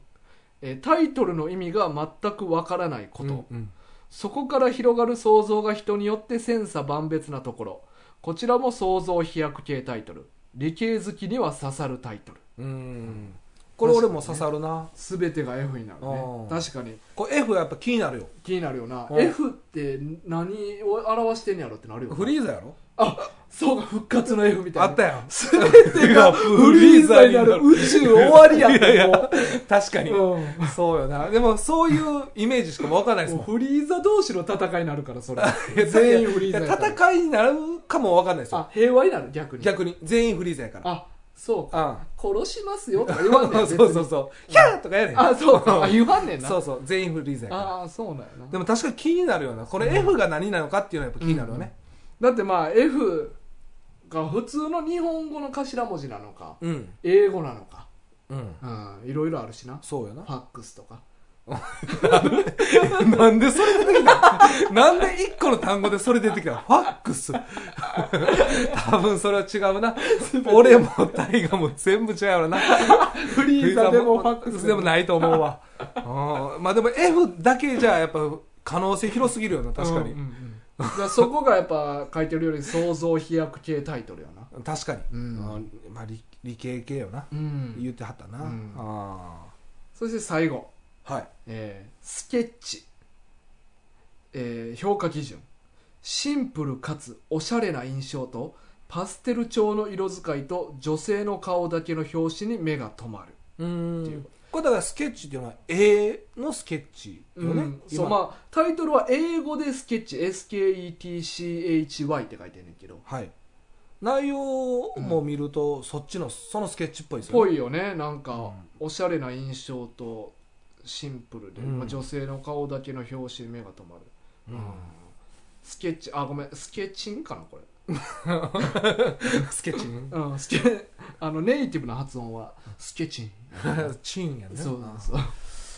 [SPEAKER 1] えータイトルの意味が全くわからないこと、
[SPEAKER 2] うん
[SPEAKER 1] そこから広がる想像が人によって千差万別なところこちらも想像飛躍系タイトル理系好きには刺さるタイトル
[SPEAKER 2] うん。うん。これ俺も刺さるな。
[SPEAKER 1] 全てが F になる
[SPEAKER 2] あ
[SPEAKER 1] ね
[SPEAKER 2] ー
[SPEAKER 1] 確かに
[SPEAKER 2] これ F やっぱ気になるよ。
[SPEAKER 1] 気になるよな
[SPEAKER 2] うん
[SPEAKER 1] F って何を表してんやろってなるよな
[SPEAKER 2] フリーザやろ
[SPEAKER 1] あそうか復活の F みたい
[SPEAKER 2] あ
[SPEAKER 1] な
[SPEAKER 2] ったやん。
[SPEAKER 1] 全てがフリーザになる宇宙終わりやっ
[SPEAKER 2] いやい
[SPEAKER 1] て
[SPEAKER 2] や
[SPEAKER 1] もう
[SPEAKER 2] 確かに。
[SPEAKER 1] うん
[SPEAKER 2] そうよな。でもそういうイメージしかわかんないです
[SPEAKER 1] も
[SPEAKER 2] も。
[SPEAKER 1] うんフリーザ同士の戦いになるからそれ 全員フリーザ
[SPEAKER 2] い
[SPEAKER 1] や
[SPEAKER 2] や
[SPEAKER 1] から
[SPEAKER 2] 戦いになるかもわかんないですよ。
[SPEAKER 1] あ平和になる逆に
[SPEAKER 2] 逆に。全員フリーザやから。
[SPEAKER 1] あそうか
[SPEAKER 2] あ
[SPEAKER 1] 殺しますよとか
[SPEAKER 2] う
[SPEAKER 1] 言わんねん
[SPEAKER 2] ん。 そうそうそう。ヒャーとかやねん。
[SPEAKER 1] あそうかあ言わんねんな
[SPEAKER 2] そうそう。全員フリーザやから。
[SPEAKER 1] ああそうなんやな
[SPEAKER 2] でも確かに気になるよなこれ F が何なのかっていうのはやっぱ気になるよね
[SPEAKER 1] だってまあ F が普通の日本語の頭文字なのか
[SPEAKER 2] うんうん、
[SPEAKER 1] 英語なのかうんいろいろあるしな
[SPEAKER 2] そうよ
[SPEAKER 1] ファックスとか
[SPEAKER 2] な なんでそれ出てきたなんで一個の 単語でそれ出てきたのファックス 多分それは違うな俺もタイガも全部違うよな
[SPEAKER 1] フリーザでもファックス
[SPEAKER 2] でもないと思うわうんまあでも F だけじゃやっぱ可能性広すぎるよな確かに、
[SPEAKER 1] うんうんうんだからそこがやっぱ書いてるより想像飛躍系タイトルやな
[SPEAKER 2] 確かに、
[SPEAKER 1] うん
[SPEAKER 2] うんまあ理理系系よな、
[SPEAKER 1] うん
[SPEAKER 2] 言ってはったな、
[SPEAKER 1] うん
[SPEAKER 2] あ
[SPEAKER 1] そして最後
[SPEAKER 2] あはい
[SPEAKER 1] えースケッチ、えー評価基準シンプルかつおしゃれな印象とパステル調の色使いと女性の顔だけの表紙に目が止まる、
[SPEAKER 2] うん
[SPEAKER 1] っていう
[SPEAKER 2] これだからスケッチっていうのは絵のスケッチよね、
[SPEAKER 1] うん
[SPEAKER 2] 今
[SPEAKER 1] そうまあタイトルは英語でスケッチ SKETCHY って書いてんねんけど
[SPEAKER 2] はい内容も見ると、そっちのそのスケッチっぽいですよ
[SPEAKER 1] ぽ
[SPEAKER 2] ね
[SPEAKER 1] いよねなんかおしゃれな印象とシンプルで、
[SPEAKER 2] うん
[SPEAKER 1] まあ、女性の顔だけの表紙に目が止まる、
[SPEAKER 2] うん
[SPEAKER 1] う んスケッチあごめんスケッチンかなこれ
[SPEAKER 2] スケッチ ン
[SPEAKER 1] うん、スケ あのネイティブな発音はスケチン
[SPEAKER 2] チンやね
[SPEAKER 1] そう
[SPEAKER 2] あ
[SPEAKER 1] そう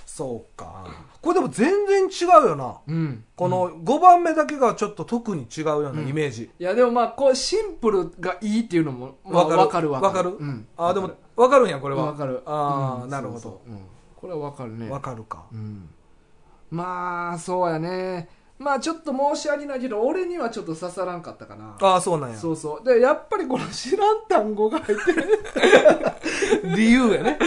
[SPEAKER 2] そうかこれでも全然違うよな
[SPEAKER 1] うん
[SPEAKER 2] この5番目だけがちょっと特に違うようなイメージ、
[SPEAKER 1] いやでもまあこうシンプルがいいっていうのも、まあ、
[SPEAKER 2] わ
[SPEAKER 1] わ
[SPEAKER 2] か
[SPEAKER 1] か
[SPEAKER 2] る
[SPEAKER 1] るわ
[SPEAKER 2] わかる
[SPEAKER 1] うん、
[SPEAKER 2] ああでも
[SPEAKER 1] わ
[SPEAKER 2] 分かるんやこ
[SPEAKER 1] か
[SPEAKER 2] れ
[SPEAKER 1] るわ
[SPEAKER 2] は
[SPEAKER 1] かる
[SPEAKER 2] ああ、
[SPEAKER 1] うん
[SPEAKER 2] なるほ
[SPEAKER 1] そう
[SPEAKER 2] ど
[SPEAKER 1] そううんこれはわかるね
[SPEAKER 2] 分かるか
[SPEAKER 1] うん、まあそうやねまあちょっと申し訳ないけど俺にはちょっと刺さらんかったかな
[SPEAKER 2] ああそうなんや
[SPEAKER 1] そうそうでやっぱりこの知らん単語が入ってる
[SPEAKER 2] 理由やね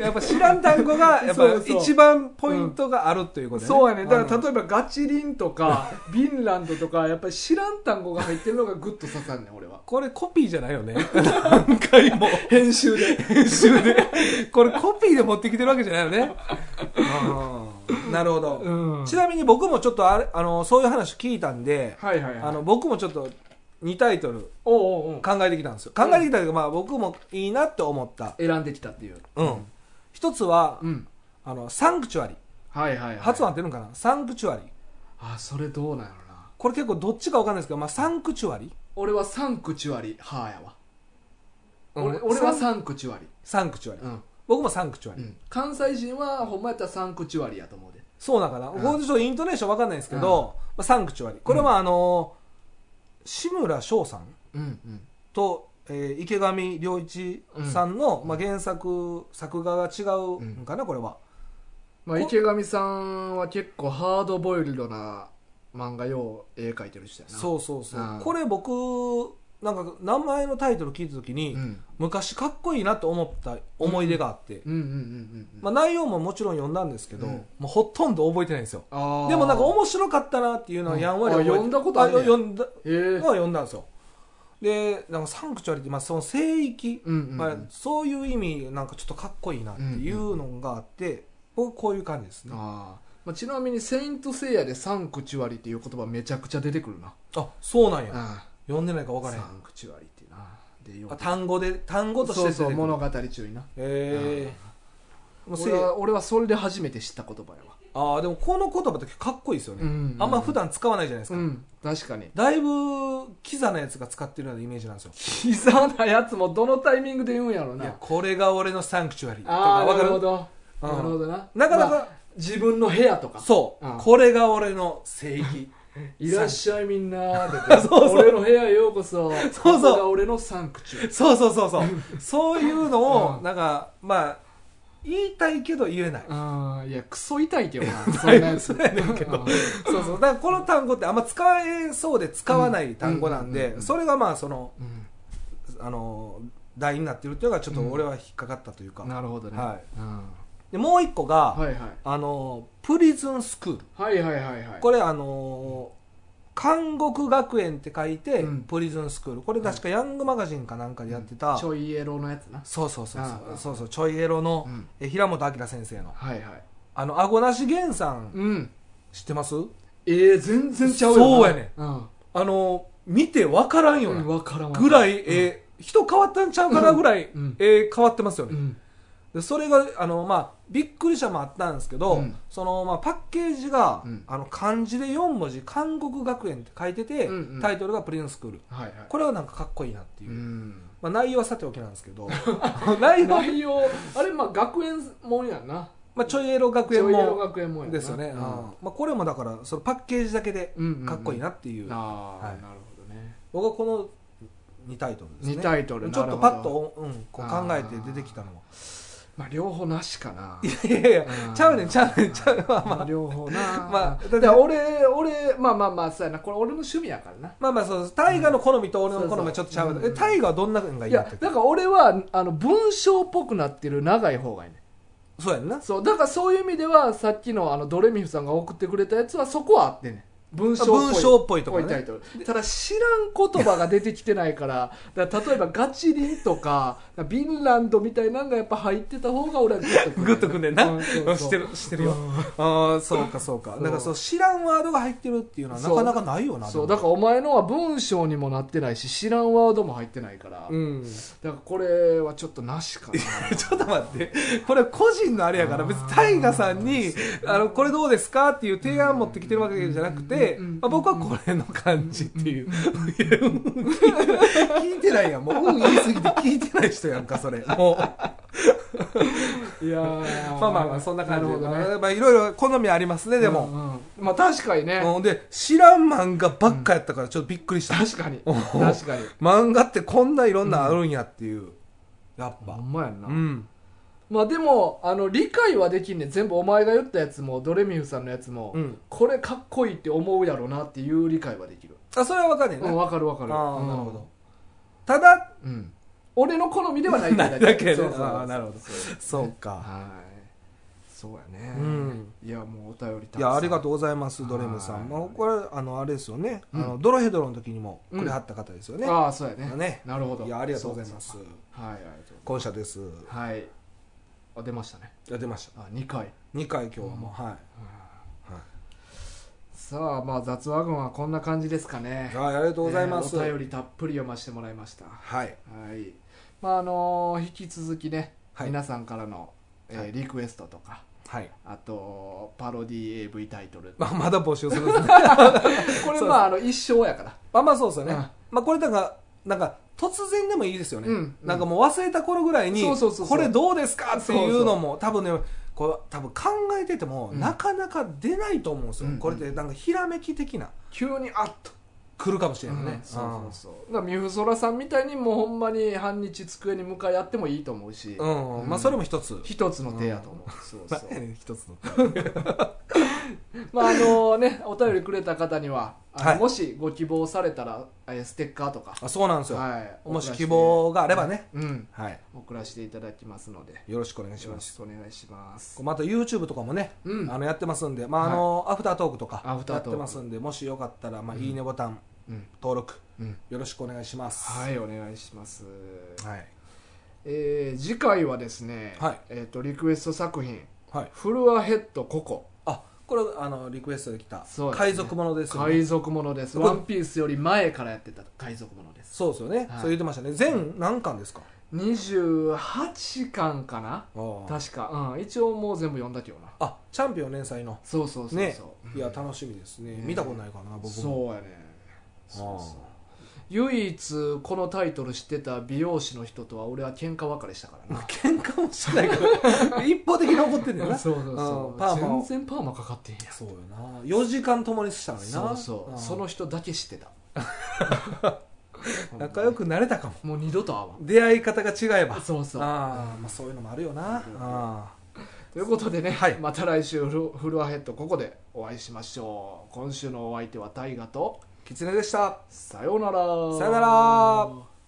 [SPEAKER 2] やっぱ知らん単語 がやっぱ
[SPEAKER 1] そうそう
[SPEAKER 2] 一番ポイントがあるということ
[SPEAKER 1] そうやねだ
[SPEAKER 2] あ
[SPEAKER 1] か
[SPEAKER 2] の
[SPEAKER 1] ら例えばガチリンと かビンランドとかやっぱり知らん単語が入ってるのがグッと刺さんねん俺は
[SPEAKER 2] これコピーじゃないよね 何回も
[SPEAKER 1] 編集で
[SPEAKER 2] 編集でこれコピーで持ってきてるわけじゃないよねなるほど、
[SPEAKER 1] うん
[SPEAKER 2] ちなみに僕もちょっとあれあのそういう話聞いたんで、
[SPEAKER 1] はいはいはい
[SPEAKER 2] あの僕もちょっと2タイトル
[SPEAKER 1] おうおうおう
[SPEAKER 2] 考えてきたんですよ考えてきたけど、まあ、僕もいいなって思った、
[SPEAKER 1] 選んできたっていう
[SPEAKER 2] うん、一つは
[SPEAKER 1] うん
[SPEAKER 2] あのサンクチュアリ
[SPEAKER 1] はいはいはい
[SPEAKER 2] 発音合ってるんかな、サンクチュアリ
[SPEAKER 1] あそれどうなんやろな
[SPEAKER 2] これ結構どっちかわかんないですけど、まあ、サンクチュアリ、
[SPEAKER 1] 俺はサンクチュアリハーやわ俺
[SPEAKER 2] うん
[SPEAKER 1] 俺は
[SPEAKER 2] サン
[SPEAKER 1] サンクチュアリ
[SPEAKER 2] サンクチュアリ、
[SPEAKER 1] うん
[SPEAKER 2] 僕もサンクチュアリ、
[SPEAKER 1] うん関西人はほんまやったらサンクチュアリやと思うで
[SPEAKER 2] そうなんかな、
[SPEAKER 1] うん
[SPEAKER 2] これちょっとイントネーションわかんないんですけど、まあ、サンクチュアリこれはあのー志村翔さん
[SPEAKER 1] うんうん
[SPEAKER 2] と、えー池上良一さんの、まあ、原作作画が違うんかな、これは
[SPEAKER 1] まあ池上さんは結構ハードボイルドな漫画よう絵描いてる人やなう
[SPEAKER 2] そうそうそう、
[SPEAKER 1] うん
[SPEAKER 2] これ僕なんか名前のタイトル聞いた時に、
[SPEAKER 1] うん
[SPEAKER 2] 昔かっこいいなと思った思い出があって、
[SPEAKER 1] うんうんうんうん
[SPEAKER 2] まあ、内容ももちろん読んだんですけど、
[SPEAKER 1] うん
[SPEAKER 2] もうほとんど覚えてないんですよ
[SPEAKER 1] あー
[SPEAKER 2] でもなんか面白かったなっていうのはやんわり覚えて、
[SPEAKER 1] うんあ読んだことあるね
[SPEAKER 2] よ読んだ
[SPEAKER 1] えー
[SPEAKER 2] のは読んだんですよでなんかサンクチュアリって、まあ、その聖域、
[SPEAKER 1] うんうんうん
[SPEAKER 2] まあ、そういう意味なんかちょっとかっこいいなっていうのがあって、僕こういう感じですね
[SPEAKER 1] あー
[SPEAKER 2] あ
[SPEAKER 1] まあ、ちなみに「セイント・セイヤ」で「サンクチュアリ」っていう言葉めちゃくちゃ出てくるな
[SPEAKER 2] そうなんや、
[SPEAKER 1] あ
[SPEAKER 2] 読んでないか分
[SPEAKER 1] あ
[SPEAKER 2] からへん
[SPEAKER 1] サンクチュアリってなでよ
[SPEAKER 2] あ単語で単語として
[SPEAKER 1] そう
[SPEAKER 2] 出てく
[SPEAKER 1] そう
[SPEAKER 2] る
[SPEAKER 1] 物語中にな
[SPEAKER 2] ええもうせい
[SPEAKER 1] 俺は俺はそれで初めて知った言葉やわ、
[SPEAKER 2] ああでもこの言葉ってかっこいいですよね、
[SPEAKER 1] うん
[SPEAKER 2] あんま普段使わないじゃないです
[SPEAKER 1] う
[SPEAKER 2] か、
[SPEAKER 1] ん確かに
[SPEAKER 2] だいぶキザなやつが使ってるようなイメージなんですよ
[SPEAKER 1] 膝なやつもどのタイミングで言うんやろ
[SPEAKER 2] い
[SPEAKER 1] な
[SPEAKER 2] やこれが俺のサンクチュアリとか
[SPEAKER 1] ああな
[SPEAKER 2] わか
[SPEAKER 1] る
[SPEAKER 2] る
[SPEAKER 1] ほど、
[SPEAKER 2] うん
[SPEAKER 1] なるほどな
[SPEAKER 2] なかなか
[SPEAKER 1] まあ自分の部屋とか
[SPEAKER 2] そう、
[SPEAKER 1] うん
[SPEAKER 2] これが俺の聖域
[SPEAKER 1] いらっしゃいみんなーって
[SPEAKER 2] そうそう
[SPEAKER 1] 俺の部屋へようこそそう
[SPEAKER 2] そう
[SPEAKER 1] ここが俺のサンクチュアリ
[SPEAKER 2] そうそ うそうそうそういうのを、
[SPEAKER 1] うん
[SPEAKER 2] なんかまあ言いたいけど言えない
[SPEAKER 1] あーいやクソ痛いけどなそんなやつ
[SPEAKER 2] そうやねんけどそうそうだからこの単語ってあんま使えそうで使わない単語なん
[SPEAKER 1] うんうんうん
[SPEAKER 2] で
[SPEAKER 1] うん
[SPEAKER 2] それがまあその
[SPEAKER 1] うん
[SPEAKER 2] あの題になってるっていうのがちょっと俺は引っかかったというか、
[SPEAKER 1] なるほどね、
[SPEAKER 2] はい
[SPEAKER 1] うん
[SPEAKER 2] でもう一個が、
[SPEAKER 1] はいはい
[SPEAKER 2] あのプリズンスクール
[SPEAKER 1] はいはいはいはい
[SPEAKER 2] これあの監獄学園って書いて、
[SPEAKER 1] うん
[SPEAKER 2] プリズンスクールこれ確かヤングマガジンかなんかでやってた、
[SPEAKER 1] ちょいエロのやつな
[SPEAKER 2] そうそうそう
[SPEAKER 1] あ
[SPEAKER 2] そ
[SPEAKER 1] あ
[SPEAKER 2] うそうそうちょいエロの、
[SPEAKER 1] うん
[SPEAKER 2] え平本明先生の
[SPEAKER 1] はいはい
[SPEAKER 2] あの顎なし源さん
[SPEAKER 1] うん
[SPEAKER 2] 知ってます
[SPEAKER 1] ええ全然ちゃうよ
[SPEAKER 2] そうやねん
[SPEAKER 1] うん
[SPEAKER 2] あの見て分からんよな、
[SPEAKER 1] うんわからんわ
[SPEAKER 2] ぐらい、
[SPEAKER 1] うん
[SPEAKER 2] えー人変わったんちゃうかなぐらい、
[SPEAKER 1] うん
[SPEAKER 2] えー変わってますよ
[SPEAKER 1] う
[SPEAKER 2] ね、
[SPEAKER 1] ん
[SPEAKER 2] でそれがあの、まあ、びっくりしたもあったんですけど、
[SPEAKER 1] うん
[SPEAKER 2] そのまあ、パッケージが、
[SPEAKER 1] うん
[SPEAKER 2] あの漢字で4文字「韓国学園」って書いてて、
[SPEAKER 1] うんうん
[SPEAKER 2] タイトルが「プリンスクール
[SPEAKER 1] はいはい」
[SPEAKER 2] これはなんかかっこいいなっていう、
[SPEAKER 1] うん
[SPEAKER 2] まあ、内容はさておきなんですけど 内容は、
[SPEAKER 1] 内容あれまあ学園もんやな
[SPEAKER 2] まあ、ちょいエロ学
[SPEAKER 1] ちょ
[SPEAKER 2] 園
[SPEAKER 1] いエロ
[SPEAKER 2] も
[SPEAKER 1] 学園もんやな
[SPEAKER 2] ですよね、
[SPEAKER 1] うん
[SPEAKER 2] うんまあ、これもだからそのパッケージだけで
[SPEAKER 1] うんうんうん
[SPEAKER 2] かっこいいなっていう、
[SPEAKER 1] ああ、
[SPEAKER 2] はい
[SPEAKER 1] なるほどね
[SPEAKER 2] 僕はこの2タイトルです
[SPEAKER 1] 2
[SPEAKER 2] ね
[SPEAKER 1] タイトル
[SPEAKER 2] ちょっ
[SPEAKER 1] なる
[SPEAKER 2] と
[SPEAKER 1] ほど
[SPEAKER 2] パッと、うん、こう考えて出てきたのも
[SPEAKER 1] まあ両方なしかない
[SPEAKER 2] やいやいや
[SPEAKER 1] うん
[SPEAKER 2] ちゃうねんちゃうねんちゃうねんまあまあ
[SPEAKER 1] まあ両方な
[SPEAKER 2] まあ
[SPEAKER 1] だって俺俺まあまあまあそうやなこれ俺の趣味やからな
[SPEAKER 2] まあまあそう大河の好みと俺の好みはちょっとちゃ
[SPEAKER 1] そ
[SPEAKER 2] う,、
[SPEAKER 1] うそううん
[SPEAKER 2] え大河はどんなのがい
[SPEAKER 1] い
[SPEAKER 2] いなって
[SPEAKER 1] やだから俺はあの文章っぽくなってる長い方がいいね
[SPEAKER 2] そうやんな
[SPEAKER 1] そうだからそういう意味ではさっきのあのドレミフさんが送ってくれたやつはそこはあってんねん文章っぽい
[SPEAKER 2] 文章っぽいとか
[SPEAKER 1] 置いたり
[SPEAKER 2] ね
[SPEAKER 1] とただ知らん言葉が出てきてないからだから例えばガチリンとかビンランドみたいなのがやっぱ入ってた方が俺はグッとくる
[SPEAKER 2] グッとくんねんな、
[SPEAKER 1] うんそう
[SPEAKER 2] う
[SPEAKER 1] そうん
[SPEAKER 2] してるしてるよああそうかそうか
[SPEAKER 1] そう
[SPEAKER 2] なんかそう知らんワードが入ってるっていうのはなかなかないよな
[SPEAKER 1] そうだ
[SPEAKER 2] でも
[SPEAKER 1] からお前のは文章にもなってないし知らんワードも入ってないから、
[SPEAKER 2] う
[SPEAKER 1] だ
[SPEAKER 2] ん
[SPEAKER 1] からこれはちょっとなしかな
[SPEAKER 2] ちょっと待ってこれは個人のあれやから別に大河さんにあのこれどうですかっていう提案持ってきてるわけじゃなくて、
[SPEAKER 1] うんうんうん
[SPEAKER 2] まあ、僕はこれの感じっていう、いやうん 聞いてないやんもう、うん、言い過ぎて聞いてない人やんかそれもう
[SPEAKER 1] いや
[SPEAKER 2] まあまあまあそんな感じ
[SPEAKER 1] な
[SPEAKER 2] で、
[SPEAKER 1] るほどね、
[SPEAKER 2] まあいろいろ好みありますねでも、
[SPEAKER 1] うんまあ確かにね、
[SPEAKER 2] うんで知らん漫画ばっかやったからちょっとびっくりした、
[SPEAKER 1] 確かに
[SPEAKER 2] おー
[SPEAKER 1] 確かに
[SPEAKER 2] 漫画ってこんないろんなあるんやっていう、やっ
[SPEAKER 1] ほ
[SPEAKER 2] ぱ
[SPEAKER 1] んまやんな、
[SPEAKER 2] うん
[SPEAKER 1] まあでもあの理解はできんねん全部お前が言ったやつもドレミフさんのやつも、
[SPEAKER 2] うん
[SPEAKER 1] これかっこいいって思うやろなっていう理解はできる
[SPEAKER 2] あそれは分かんねえ
[SPEAKER 1] う
[SPEAKER 2] な、
[SPEAKER 1] ん
[SPEAKER 2] あ
[SPEAKER 1] わかるわか
[SPEAKER 2] あ
[SPEAKER 1] る
[SPEAKER 2] ー
[SPEAKER 1] うん
[SPEAKER 2] なるほどただ
[SPEAKER 1] うん俺の好みではない
[SPEAKER 2] ないだけね
[SPEAKER 1] そうそうそう
[SPEAKER 2] あーなるほどそうか、
[SPEAKER 1] はいそうやね、
[SPEAKER 2] うん
[SPEAKER 1] いやもうお便りた
[SPEAKER 2] いやありが
[SPEAKER 1] う
[SPEAKER 2] とうございますドレムさん、ま
[SPEAKER 1] は
[SPEAKER 2] あ、
[SPEAKER 1] い
[SPEAKER 2] これあのあれですよね、
[SPEAKER 1] うん
[SPEAKER 2] あのドロヘドロの時にもくれはった方ですよね、
[SPEAKER 1] ああそうやね
[SPEAKER 2] ね
[SPEAKER 1] なるほど
[SPEAKER 2] いやありがとうございます
[SPEAKER 1] そうそうそうはいありがとう
[SPEAKER 2] 今社です
[SPEAKER 1] ございますはいあ出ましたね
[SPEAKER 2] や出ました
[SPEAKER 1] あ2回
[SPEAKER 2] 2回今日はもう、はい
[SPEAKER 1] さあまあ雑話群はこんな感じですかね
[SPEAKER 2] はい、ありがとうございます、
[SPEAKER 1] えーお便りたっぷり読ませてもらいました
[SPEAKER 2] はい
[SPEAKER 1] はいまああのー引き続きね、
[SPEAKER 2] はい
[SPEAKER 1] 皆さんからの、えー
[SPEAKER 2] はい
[SPEAKER 1] リクエストとか
[SPEAKER 2] はい
[SPEAKER 1] あとパロディ AV タイトル、
[SPEAKER 2] まあ、まだ募集するんですね。
[SPEAKER 1] これ
[SPEAKER 2] そう
[SPEAKER 1] まああの一生やから
[SPEAKER 2] まあまあそうですよね。
[SPEAKER 1] うん
[SPEAKER 2] まあこれなんか、なんか突然でもいいですよね。
[SPEAKER 1] うん
[SPEAKER 2] なんかもう忘れた頃ぐらいに、
[SPEAKER 1] そうそうそうそう
[SPEAKER 2] これどうですかっていうのも、多分ね、こう多分考えてても、
[SPEAKER 1] うん
[SPEAKER 2] なかなか出ないと思うんですよ。
[SPEAKER 1] うん
[SPEAKER 2] これってなんかひらめき的な、
[SPEAKER 1] 急にあっと
[SPEAKER 2] 来るかもしれないね。
[SPEAKER 1] ね、そうそうそうだから美フソラさんみたいにもうほんまに半日机に向かい合ってもいいと思うし、
[SPEAKER 2] うんうんまあそれも一つ。
[SPEAKER 1] 一つの手やと思う、そう
[SPEAKER 2] ま
[SPEAKER 1] そう
[SPEAKER 2] あね一つの。
[SPEAKER 1] まああのねお便りくれた方には、あの
[SPEAKER 2] はい
[SPEAKER 1] もしご希望されたら、えーステッカーとか、
[SPEAKER 2] あそうなんですよ、
[SPEAKER 1] はい、
[SPEAKER 2] もし希望があればね、
[SPEAKER 1] うん
[SPEAKER 2] はい、
[SPEAKER 1] 送らせていただきますのでよ
[SPEAKER 2] よろしくお願いしま
[SPEAKER 1] ろ
[SPEAKER 2] す
[SPEAKER 1] しくお願いします
[SPEAKER 2] また YouTube とかもね、
[SPEAKER 1] うん
[SPEAKER 2] あのやってますんで、まああのアフタートークとか
[SPEAKER 1] アフター
[SPEAKER 2] やっ
[SPEAKER 1] トーク
[SPEAKER 2] てますんでもしよかったら、まあいいねボタン
[SPEAKER 1] うん
[SPEAKER 2] 登録
[SPEAKER 1] うん
[SPEAKER 2] よろしくお願いします
[SPEAKER 1] はいお願いします、
[SPEAKER 2] はい、
[SPEAKER 1] えー次回はですね、
[SPEAKER 2] はい
[SPEAKER 1] えー、とリクエスト作品
[SPEAKER 2] はい
[SPEAKER 1] 「フルアヘッドココ
[SPEAKER 2] あこれあのリクエストで来た
[SPEAKER 1] そうですね
[SPEAKER 2] 海賊もの」ですよね
[SPEAKER 1] 海賊ものです「
[SPEAKER 2] これ
[SPEAKER 1] ワンピースより前からやってた海賊ものです
[SPEAKER 2] そうですよね、
[SPEAKER 1] はい
[SPEAKER 2] そう言ってましたね全何巻ですか
[SPEAKER 1] 28巻かな
[SPEAKER 2] あ
[SPEAKER 1] 確か、うん、一応もう全部読んだけどな
[SPEAKER 2] あチャンピオン連載の
[SPEAKER 1] そうそうそうそう、
[SPEAKER 2] ね
[SPEAKER 1] うん
[SPEAKER 2] いや楽しみですね、
[SPEAKER 1] ね
[SPEAKER 2] 見たことないからな僕も
[SPEAKER 1] そうやねそう
[SPEAKER 2] あ
[SPEAKER 1] そう唯一このタイトル知ってた美容師の人とは俺は喧嘩別れしたからな
[SPEAKER 2] 喧嘩もしてないか ら一方的に怒ってんだよな
[SPEAKER 1] そうそう
[SPEAKER 2] う
[SPEAKER 1] そ
[SPEAKER 2] ん
[SPEAKER 1] う
[SPEAKER 2] パーマを
[SPEAKER 1] 全然パーマかかってへんやん
[SPEAKER 2] そうよな4時間共にしたのに
[SPEAKER 1] そ
[SPEAKER 2] な
[SPEAKER 1] うそう
[SPEAKER 2] あ
[SPEAKER 1] その人だけ知って た
[SPEAKER 2] 仲良くなれたかも
[SPEAKER 1] もう二度と会わ
[SPEAKER 2] 出会い方が違えば
[SPEAKER 1] んそうそう
[SPEAKER 2] ああまあそういうのもあるよな
[SPEAKER 1] るよ
[SPEAKER 2] あ
[SPEAKER 1] ということでね、
[SPEAKER 2] はい
[SPEAKER 1] また来週フルフルアヘッドここでお会いしましょう今週のお相手は大ガと
[SPEAKER 2] あキツネでした
[SPEAKER 1] さようなら
[SPEAKER 2] さようなら